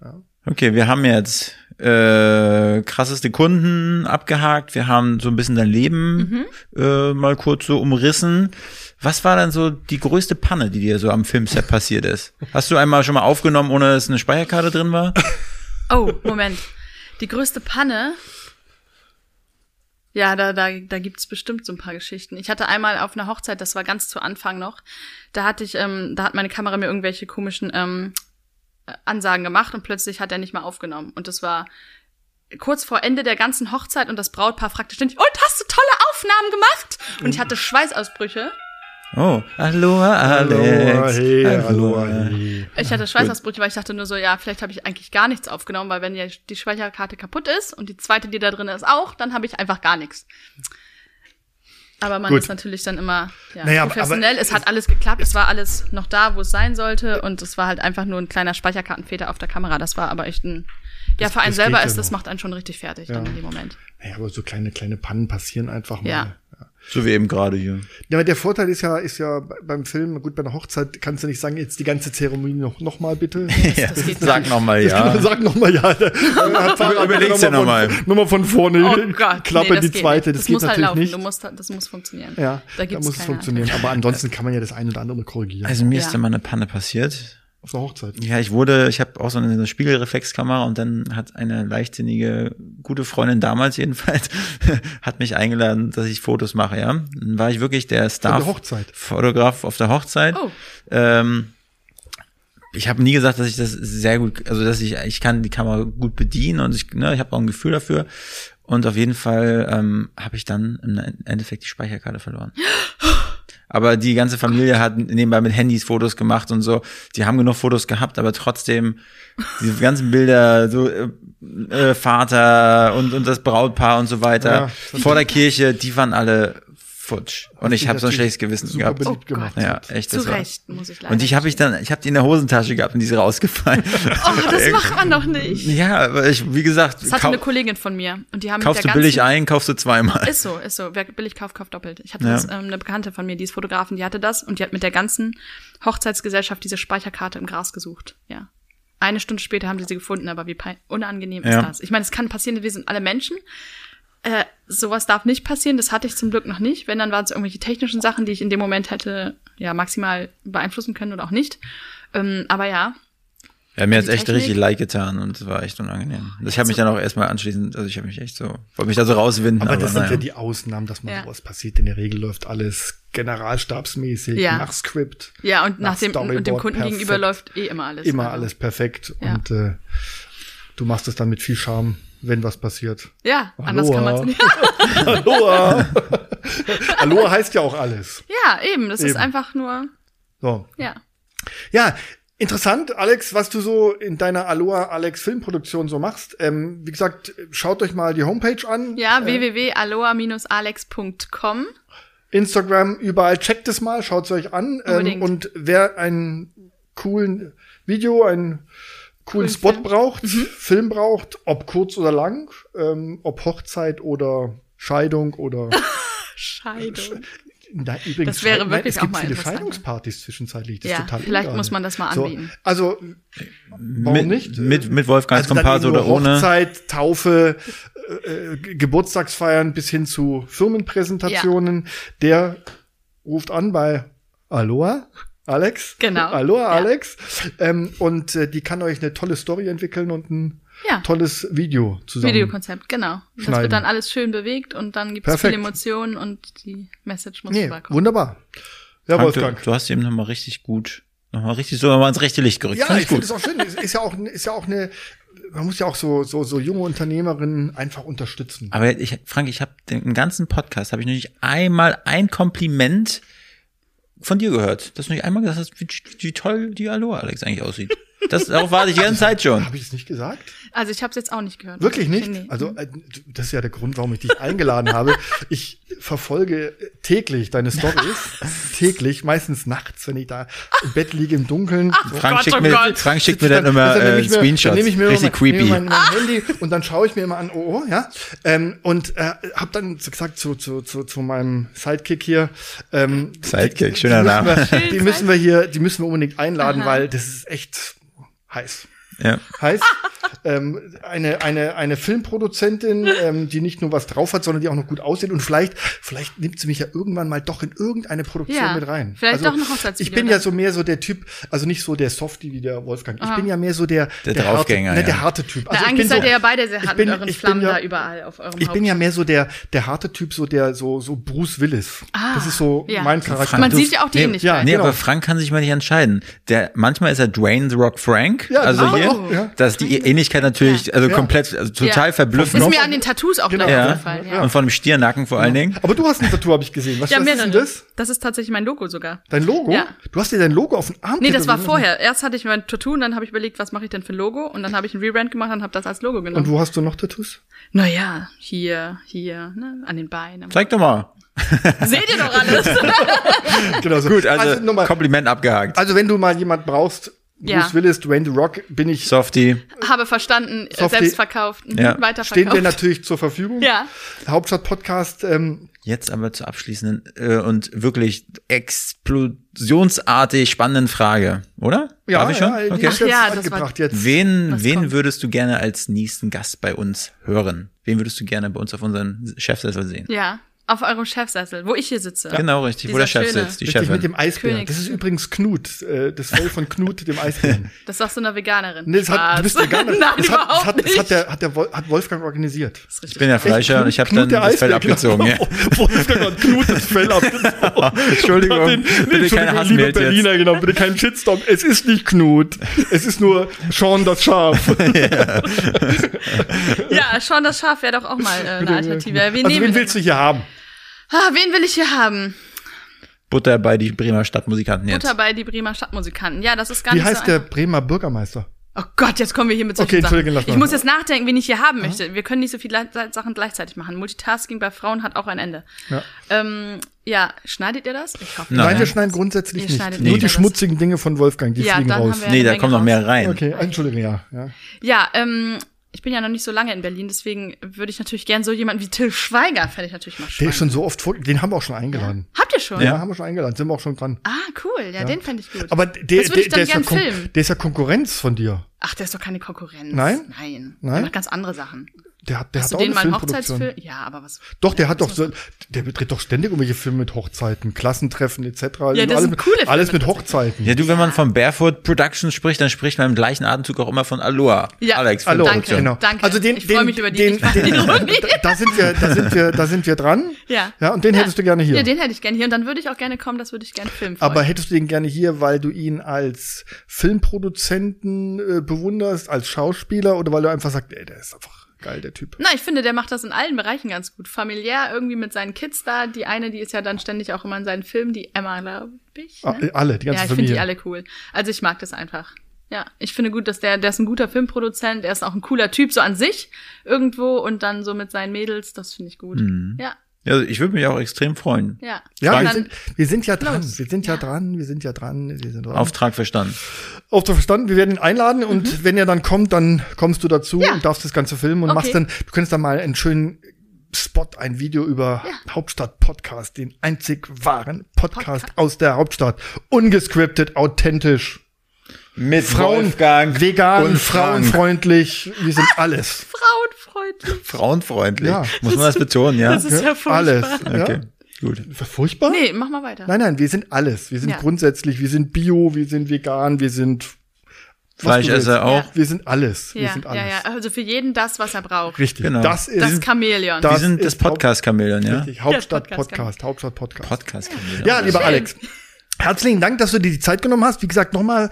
D: Ja.
A: Okay, wir haben jetzt äh, krasseste Kunden abgehakt. Wir haben so ein bisschen dein
D: Mhm.
A: Leben äh, mal kurz so umrissen. Was war dann so die größte Panne, die dir so am Filmset passiert ist? Hast du einmal schon mal aufgenommen, ohne dass eine Speicherkarte drin war?
D: Oh, Moment. Die größte Panne. Ja, da, da, da gibt's bestimmt so ein paar Geschichten. Ich hatte einmal auf einer Hochzeit, das war ganz zu Anfang noch, da hatte ich, ähm, da hat meine Kamera mir irgendwelche komischen ähm, Ansagen gemacht und plötzlich hat er nicht mehr aufgenommen. Und das war kurz vor Ende der ganzen Hochzeit und das Brautpaar fragte ständig, und hast du tolle Aufnahmen gemacht? Und
C: Oh.
D: ich hatte Schweißausbrüche.
A: Oh, Aloha Alex.
C: hey, Aloha, hey.
D: Ich hatte Schweißausbrüche, weil ich dachte nur so, ja, vielleicht habe ich eigentlich gar nichts aufgenommen, weil wenn ja die Speicherkarte kaputt ist und die zweite, die da drin ist, auch, dann habe ich einfach gar nichts. Aber man
C: Gut.
D: ist natürlich dann immer ja,
C: Naja, aber-
D: professionell.
C: aber
D: es hat alles geklappt, es war alles noch da, wo es sein sollte und es war halt einfach nur ein kleiner Speicherkartenfehler auf der Kamera. Das war aber echt ein, ja,
C: Das-
D: für einen
C: das geht
D: selber
C: ja
D: ist das
C: noch.
D: macht einen schon richtig fertig
C: Ja.
D: dann in dem Moment.
C: Naja, aber so kleine, kleine Pannen passieren einfach mal.
D: Ja.
A: So wie eben gerade hier.
C: Ja, aber der Vorteil ist ja, ist ja be- beim Film, gut, bei einer Hochzeit kannst du nicht sagen, jetzt die ganze Zeremonie noch, noch mal bitte.
A: Ja,
D: das geht
A: sag nochmal
C: Das kann
A: ja.
C: man sagen nochmal, ja.
A: Überleg's
C: Überlegst
A: dir noch mal.
C: Nochmal von vorne, Klappe
D: Oh das
C: die
D: geht
C: zweite,
D: nicht.
C: das,
D: das
C: geht
D: muss halt
C: natürlich
D: laufen.
C: nicht.
D: Du musst, das muss funktionieren.
C: ja,
D: da
C: da,
D: gibt's
C: muss es
D: keine
C: funktionieren. Aber ansonsten kann man ja das eine oder andere korrigieren.
A: Also mir ist
D: Ja.
A: da mal eine Panne passiert.
C: auf einer Hochzeit. ne?
A: Ja, ich wurde, ich habe auch so eine Spiegelreflexkamera und dann hat eine leichtsinnige gute Freundin damals jedenfalls hat mich eingeladen, dass ich Fotos mache, ja. Dann war ich wirklich der
C: Auf der
A: Star
C: Hochzeit.
A: Fotograf auf der Hochzeit.
D: Oh.
A: Ähm, ich habe nie gesagt, dass ich das sehr gut, also dass ich ich kann die Kamera gut bedienen und ich ne, ich habe auch ein Gefühl dafür. Und auf jeden Fall ähm, habe ich dann im Endeffekt die Speicherkarte verloren. Aber die ganze Familie hat nebenbei mit Handys Fotos gemacht und so. Die haben genug Fotos gehabt, aber trotzdem diese ganzen Bilder, so äh, äh, Vater und, und das Brautpaar und so weiter
C: Ja,
A: vor der Kirche, die waren alle futsch. Und ich
C: Die
A: habe so ein
C: natürlich
A: schlechtes Gewissen
C: super
A: gehabt.
C: beliebt
D: Oh
C: gemacht.
D: Gott.
A: Ja, echt.
D: Zu
A: das war-
D: Recht, muss ich leider
A: und ich habe ich dann, ich habe die in der Hosentasche gehabt und die ist rausgefallen.
D: Oh, das macht man doch nicht.
A: ja, aber ich, wie gesagt,
D: Das hatte
A: kau
D: eine Kollegin von mir. Und die haben
A: kaufst
D: mit
A: du
D: der
A: billig
D: ganzen,
A: ein, kaufst du zweimal.
D: Ist so, ist so. Wer billig kauft, kauft doppelt. Ich hatte
A: Ja.
D: das, ähm, eine Bekannte von mir, die ist Fotografin, die hatte das und die hat mit der ganzen Hochzeitsgesellschaft diese Speicherkarte im Gras gesucht. Ja. Eine Stunde später haben die sie gefunden, aber wie pein- unangenehm
A: Ja.
D: ist das? Ich meine, es kann passieren, wir sind alle Menschen. Äh, sowas darf nicht passieren, das hatte ich zum Glück noch nicht. Wenn, dann waren es irgendwelche technischen Sachen, die ich in dem Moment hätte ja maximal beeinflussen können oder auch nicht. Ähm, aber ja,
A: Ja, mir hat's
D: Die
A: echt
D: Technik?
A: richtig leid getan und es war echt unangenehm. Ich habe mich dann auch erstmal anschließend, also ich habe mich echt so, wollte mich da so rauswinden.
C: Aber
A: Aber,
C: das sind
A: naja.
C: ja die Ausnahmen, dass man
D: Ja.
C: sowas passiert. In der Regel läuft alles generalstabsmäßig,
D: Ja.
C: nach Skript.
D: ja, und nach,
C: Nach
D: dem, und dem
C: Storyboard
D: Kunden gegenüber
C: perfekt.
D: läuft eh immer alles.
C: Immer
D: Also,
C: alles perfekt.
D: Ja.
C: Und äh, du machst es dann mit viel Charme, wenn was passiert.
D: Ja, anders kann man es
C: Aloha.
D: nicht.
C: Aloha! Aloha heißt ja auch alles.
D: Ja, eben. Das ist
C: Eben.
D: einfach nur,
C: So.
D: ja.
C: Ja, interessant, Alex, was du so in deiner Aloha Alex Filmproduktion so machst. Ähm, wie gesagt, schaut euch mal die Homepage an. Äh,
D: Ja, www.aloa-alex.com.
C: Instagram, überall, checkt es mal, schaut es euch an. Ähm,
D: Unbedingt.
C: und wer einen coolen Video, einen coolen
D: Coolen
C: Spot
D: Film. Mhm.
C: braucht, Film braucht, ob kurz oder lang, ähm, ob Hochzeit oder Scheidung oder
D: Scheidung.
C: Na, übrigens,
D: Das wäre
C: Scheid-
D: wirklich
C: es
D: auch
C: gibt
D: mal
C: viele
D: interessant, ne?
C: Scheidungspartys zwischenzeitlich. Das
D: Ja,
C: ist total
D: vielleicht
C: ungeil.
D: muss man das mal anbieten.
C: So, also, warum
A: mit,
C: nicht? äh,
A: Mit, mit Wolfgangs
C: also dann
A: Komparse
C: eben
A: oder
C: nur
A: ohne.
C: Hochzeit, Taufe, äh, äh, Ge- Geburtstagsfeiern bis hin zu Firmenpräsentationen. Der ruft an bei Aloha. Alex?
D: Genau.
C: Aloha,
D: Ja.
C: Alex. Ähm, und äh, die kann euch eine tolle Story entwickeln und ein
D: Ja.
C: tolles Video zusammen.
D: Videokonzept, genau. Das
C: Schneiden.
D: wird dann alles schön bewegt und dann gibt es
C: Perfekt.
D: viele Emotionen und die Message muss
C: Nee,
D: rüberkommen.
C: wunderbar. Ja,
A: Frank, du,
C: Wolfgang.
A: du hast eben nochmal richtig gut, nochmal richtig so nochmal ins rechte Licht gerückt.
C: Ja,
A: Fand
C: ich finde es auch schön. Ist, ist ja auch, ist ja auch eine, man muss ja auch so, so, so junge Unternehmerinnen einfach unterstützen.
A: Aber ich, Frank, ich habe den ganzen Podcast, habe ich noch nicht einmal ein Kompliment von dir gehört. Dass du nicht einmal gesagt hast, wie, wie toll die Aloha Alex eigentlich aussieht. Das, darauf warte ich die ganze Zeit schon.
C: Habe ich das nicht gesagt?
D: Also ich habe es jetzt auch nicht gehört.
C: Wirklich nicht?
D: Nee. Mhm.
C: Also, äh, das ist ja der Grund, warum ich dich eingeladen habe. Ich verfolge täglich deine Stories. täglich, meistens nachts, wenn ich da im Bett liege im Dunkeln. So.
A: Frank,
D: Gott,
A: schickt
D: oh
A: mir,
D: Gott.
A: Frank schickt mir dann immer
C: Also, nehme
A: äh,
C: ich mir-
A: Screenshots.
C: dann nehme ich mir
A: Richtig
C: mein, nehme
A: creepy.
C: Mein, mein Handy und dann schaue ich mir immer an, oh, oh ja. Ähm, und äh, habe dann so gesagt zu, zu, zu, zu meinem Sidekick hier. Ähm,
A: Sidekick,
C: die-
A: schöner
C: die
A: Name.
C: Müssen wir, die müssen wir hier, die müssen wir unbedingt einladen, weil das ist echt heiß.
A: ja.
C: Heiß. ähm, eine, eine, eine Filmproduzentin, ähm, die nicht nur was drauf hat, sondern die auch noch gut aussieht. Und vielleicht, vielleicht nimmt sie mich ja irgendwann mal doch in irgendeine Produktion
D: Ja,
C: mit rein.
D: vielleicht
C: also,
D: doch noch was als
C: Ich
D: Video
C: bin ja
D: dann.
C: so mehr so der Typ, also nicht so der Softie wie der Wolfgang. Ich bin ja mehr so der,
A: Der Draufgänger,
C: harte, ne,
A: ja.
C: der harte Typ.
D: Na,
C: ich
D: eigentlich
C: bin
D: seid
C: so-
D: ihr ja beide sehr
C: ich
D: hart
C: bin-
D: mit euren
C: ich bin
D: Flammen
C: ja-
D: da überall auf eurem
C: Ich bin
D: Haupt.
C: ja mehr so der, der harte Typ, so der, so, so Bruce Willis.
D: Ah,
C: das ist so
D: ja.
C: mein Charakter.
D: Man
A: Du-
D: sieht ja auch die
A: nee,
D: Ähnlichkeit.
A: Nee,
C: Genau.
A: aber Frank kann sich mal nicht entscheiden. Der, manchmal ist er Dwayne The Rock Frank.
C: Ja,
A: also
C: das ist
A: hier,
C: auch- ja.
A: das ist die Ähnlichkeit natürlich, also
C: Ja.
A: komplett, also total
D: Ja.
A: verblüffend.
D: Ist mir an den Tattoos auch
C: Genau.
D: gleich
C: Ja.
D: aufgefallen. Ja.
A: Und von dem Stiernacken vor allen Dingen.
C: Aber du hast ein Tattoo, habe ich gesehen. Was,
D: Ja,
C: was ist denn
D: mehrere.
C: das?
D: Das ist tatsächlich mein Logo sogar.
C: Dein Logo?
D: Ja.
C: Du hast dir dein Logo auf den Arm
D: Nee, das war
C: tätowiert?
D: vorher. Erst hatte ich mein Tattoo und dann habe ich überlegt, was mache ich denn für ein Logo? Und dann habe ich ein Rebrand gemacht und habe das als Logo
C: Und
D: genommen.
C: wo hast du noch Tattoos?
D: Naja, hier, hier, ne, an den Beinen.
A: Zeig doch mal.
D: Seht ihr doch alles.
C: Genau so.
A: Gut, also,
C: nochmal.
A: Kompliment abgehakt.
C: Also wenn du mal jemand brauchst, Bruce
D: Ja.
C: Willis, Dwayne The Rock, bin ich,
A: Softie.
D: habe verstanden, äh,
C: Softie.
D: selbst verkauft, mhm,
A: Ja.
D: weiterverkauft.
C: stehen wir natürlich zur Verfügung.
D: Ja.
C: Hauptstadt-Podcast, ähm,
A: Jetzt aber zur abschließenden äh, und wirklich explosionsartig spannenden Frage, oder?
C: ja,
A: Darf ich schon?
C: ja, die
A: okay.
C: ist jetzt
D: Ach ja, das
C: angebracht jetzt.
A: Wen,
D: Was
A: wen
D: kommt?
A: würdest du gerne als nächsten Gast bei uns hören? Wen würdest du gerne bei uns auf unseren Chefsessel sehen?
D: ja, auf eurem Chefsessel, wo ich hier sitze.
A: Genau, richtig, wo
D: Dieser
A: der Chef
D: schöne-
A: sitzt, die
C: Richtig, mit
A: Chefin.
C: dem Eisbären.
D: König.
C: Das ist übrigens Knut, äh, das Fell von Knut, dem Eisbären.
D: Das sagst du einer Veganerin.
C: Nee, das hat, du bist ja gar nicht.
D: Nein,
C: das hat,
D: überhaupt
C: das hat, das
D: nicht.
C: hat, der, hat, der, Wol- hat Wolfgang organisiert.
D: Das ist richtig.
A: Ich bin ja Fleischer und ich habe
C: Knut
A: dann
C: der
A: das Fell
C: Eisbär,
A: abgezogen. Ja.
C: Genau. Wolfgang hat Knut das Fell abgezogen.
A: Entschuldigung,
C: Den,
A: bitte
C: nee,
A: keine
C: Entschuldigung, liebe
A: Hassmails jetzt.
C: Berliner, genau, bitte keinen Shitstorm. Es ist nicht Knut. Es ist nur Sean das Schaf.
D: ja, schon das Schaf wäre doch auch mal äh, eine Alternative. Ja, Wen
C: also
D: nehmen
C: wen
D: wir
C: willst du hier haben?
D: denn? ah, wen will ich hier haben?
A: Butter bei die Bremer Stadtmusikanten jetzt.
D: Butter bei die Bremer Stadtmusikanten. Ja, das ist gar
C: Wie
D: nicht
C: heißt
D: so
C: der
D: ein-
C: Bremer Bürgermeister?
D: Oh Gott, jetzt kommen wir hier mit solchen
C: Okay, Entschuldigung, lass
D: Sachen. Ich
C: mal.
D: muss jetzt nachdenken, wen ich hier haben möchte. Wir können nicht so viele Le- Sachen gleichzeitig machen. Multitasking bei Frauen hat auch ein Ende.
C: Ja.
D: Ähm, ja, schneidet ihr das? Ich hoffe.
A: Nein.
C: Nein, wir schneiden grundsätzlich
D: Ihr
C: nicht.
D: schneidet
C: Nur
D: nicht.
C: die schmutzigen Dinge von Wolfgang, die
D: Ja,
C: fliegen
D: dann
C: raus.
D: haben
A: nee,
D: eine
A: da
D: Menge
A: kommen noch mehr
D: raus.
A: rein.
C: Okay, Entschuldigung, ja. ja.
D: Ja, ähm, ich bin ja noch nicht so lange in Berlin, deswegen würde ich natürlich gern so jemanden wie Till Schweiger fände ich natürlich mal
C: Der
D: spannend.
C: ist schon so oft vor, den haben wir auch schon eingeladen.
D: Habt ihr schon?
C: Ja, haben wir schon eingeladen, sind wir auch schon dran.
D: Ah, cool. Ja, den fände ich gut.
C: Aber der,
D: Das würde
C: der,
D: ich dann
C: der, ist ja
D: gern
C: Kon-
D: filmen.
C: der ist ja Konkurrenz von dir.
D: Ach, der ist doch keine Konkurrenz.
C: Nein?
D: Nein.
C: Nein?
D: Der macht ganz andere Sachen.
C: Der hat, der
D: Hast
C: hat auch
D: du den
C: eine
D: mal einen
C: Filmproduktion.
D: Hochzeitsfilm? Ja, aber was?
C: Doch, der hat doch so, der dreht doch ständig irgendwelche Filme mit Hochzeiten, Klassentreffen etc.
D: Ja, das
C: alles,
D: sind coole Filme
C: alles mit Hochzeiten.
A: Ja, du, wenn man von Barefoot Productions spricht, dann spricht man im gleichen Atemzug auch immer von Aloha.
D: Ja.
A: Alex,
C: Hallo,
A: Filmproduktion.
C: genau.
D: Danke.
C: Also den,
D: Ich
C: den,
D: freu mich über die
C: den,
D: Dichtwahl.
C: den,
D: Ironie.
C: da, da sind wir, da sind wir, da sind wir dran.
D: Ja.
C: Ja, und den hättest du gerne hier.
D: Ja, den hätte ich gerne hier und dann würde ich auch gerne kommen, das würde ich gerne filmen. für
C: aber
D: euch.
C: hättest du den gerne hier, weil du ihn als Filmproduzenten äh, bewunderst, als Schauspieler oder weil du einfach sagst, ey, der ist einfach geil, der Typ.
D: Na, ich finde, der macht das in allen Bereichen ganz gut. Familiär irgendwie mit seinen Kids da. Die eine, die ist ja dann ständig auch immer in seinen Filmen, die Emma, glaube ich.
C: Ah,
D: Ne?
C: äh, alle, die ganze
D: ja, ich finde
C: Familie.
D: die alle cool. Also ich mag das einfach. Ja, ich finde gut, dass der, der ist ein guter Filmproduzent, der ist auch ein cooler Typ, so an sich irgendwo und dann so mit seinen Mädels, das finde ich gut.
A: Mhm.
D: Ja,
A: Ja, ich würde mich auch extrem freuen.
D: ja.
C: ja,
D: Und
C: wir
D: dann,
C: sind, wir sind ja dran, wir sind ja dran, wir sind ja dran, wir sind dran.
A: Auftrag verstanden.
C: Auf der verstanden, wir werden ihn einladen und wenn er dann kommt, dann kommst du dazu
D: Mhm. Ja.
C: und darfst das Ganze filmen und
D: Okay.
C: machst dann, du könntest dann mal einen schönen Spot, ein Video über Hauptstadt-Podcast, den einzig wahren Podcast, aus der Hauptstadt. Ungescriptet, authentisch,
A: Mit
C: Frauen, vegan, frauenfreundlich, wir sind alles.
D: Frauenfreundlich.
A: Frauenfreundlich.
C: Ja.
A: Muss man das betonen, ja?
D: Das ist ja furchtbar.
C: alles.
A: okay.
C: Ja?
A: Gut.
C: Furchtbar?
D: Nee, mach mal weiter.
C: Ah. Nein, nein, wir sind alles. Wir sind
D: Ja.
C: grundsätzlich, wir sind bio, wir sind vegan, wir sind was du
A: Fleischesser
C: willst.
A: auch.
C: Wir sind alles. wir
D: ja,
C: sind alles.
D: ja, ja. Also für jeden das, was er braucht.
C: Richtig.
A: Genau.
C: Das ist
D: Das Chamäleon.
C: Da-
A: Wir
C: Das
A: sind das
C: ist Haupt-
A: Podcast-Kameleon, ja?
C: Richtig, Hauptstadt-Podcast,
D: Podcast, genau.
C: Hauptstadt-Podcast.
A: Podcast-Kameleon.
C: ja, lieber Alex, herzlichen Dank, dass du dir die Zeit genommen hast. Wie gesagt, nochmal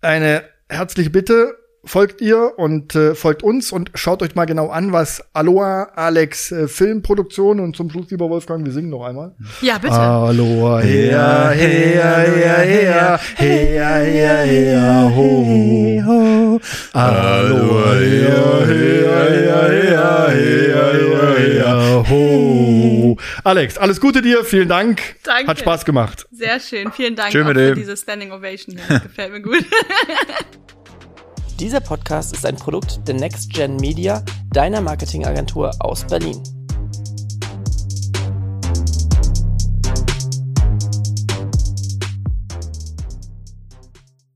C: eine herzliche Bitte. Folgt ihr und äh, folgt uns und schaut euch mal genau an, was Aloha Alex äh, Filmproduktion und zum Schluss, lieber Wolfgang, wir singen noch einmal.
D: Ja, bitte.
C: Ah. Aloha,
A: her, her, her, her,
C: her, her, her,
A: ho.
C: Aloha, her, her, her, her, her, ho. Alex, alles Gute dir, vielen Dank.
D: Danke.
C: Hat Spaß gemacht.
D: Sehr schön. Vielen Dank
A: Schön
D: auch
A: mit
D: für
A: dem.
D: diese Standing Ovation. hier. Das gefällt mir gut.
E: Dieser Podcast ist ein Produkt der Next Gen Media, deiner Marketingagentur aus Berlin.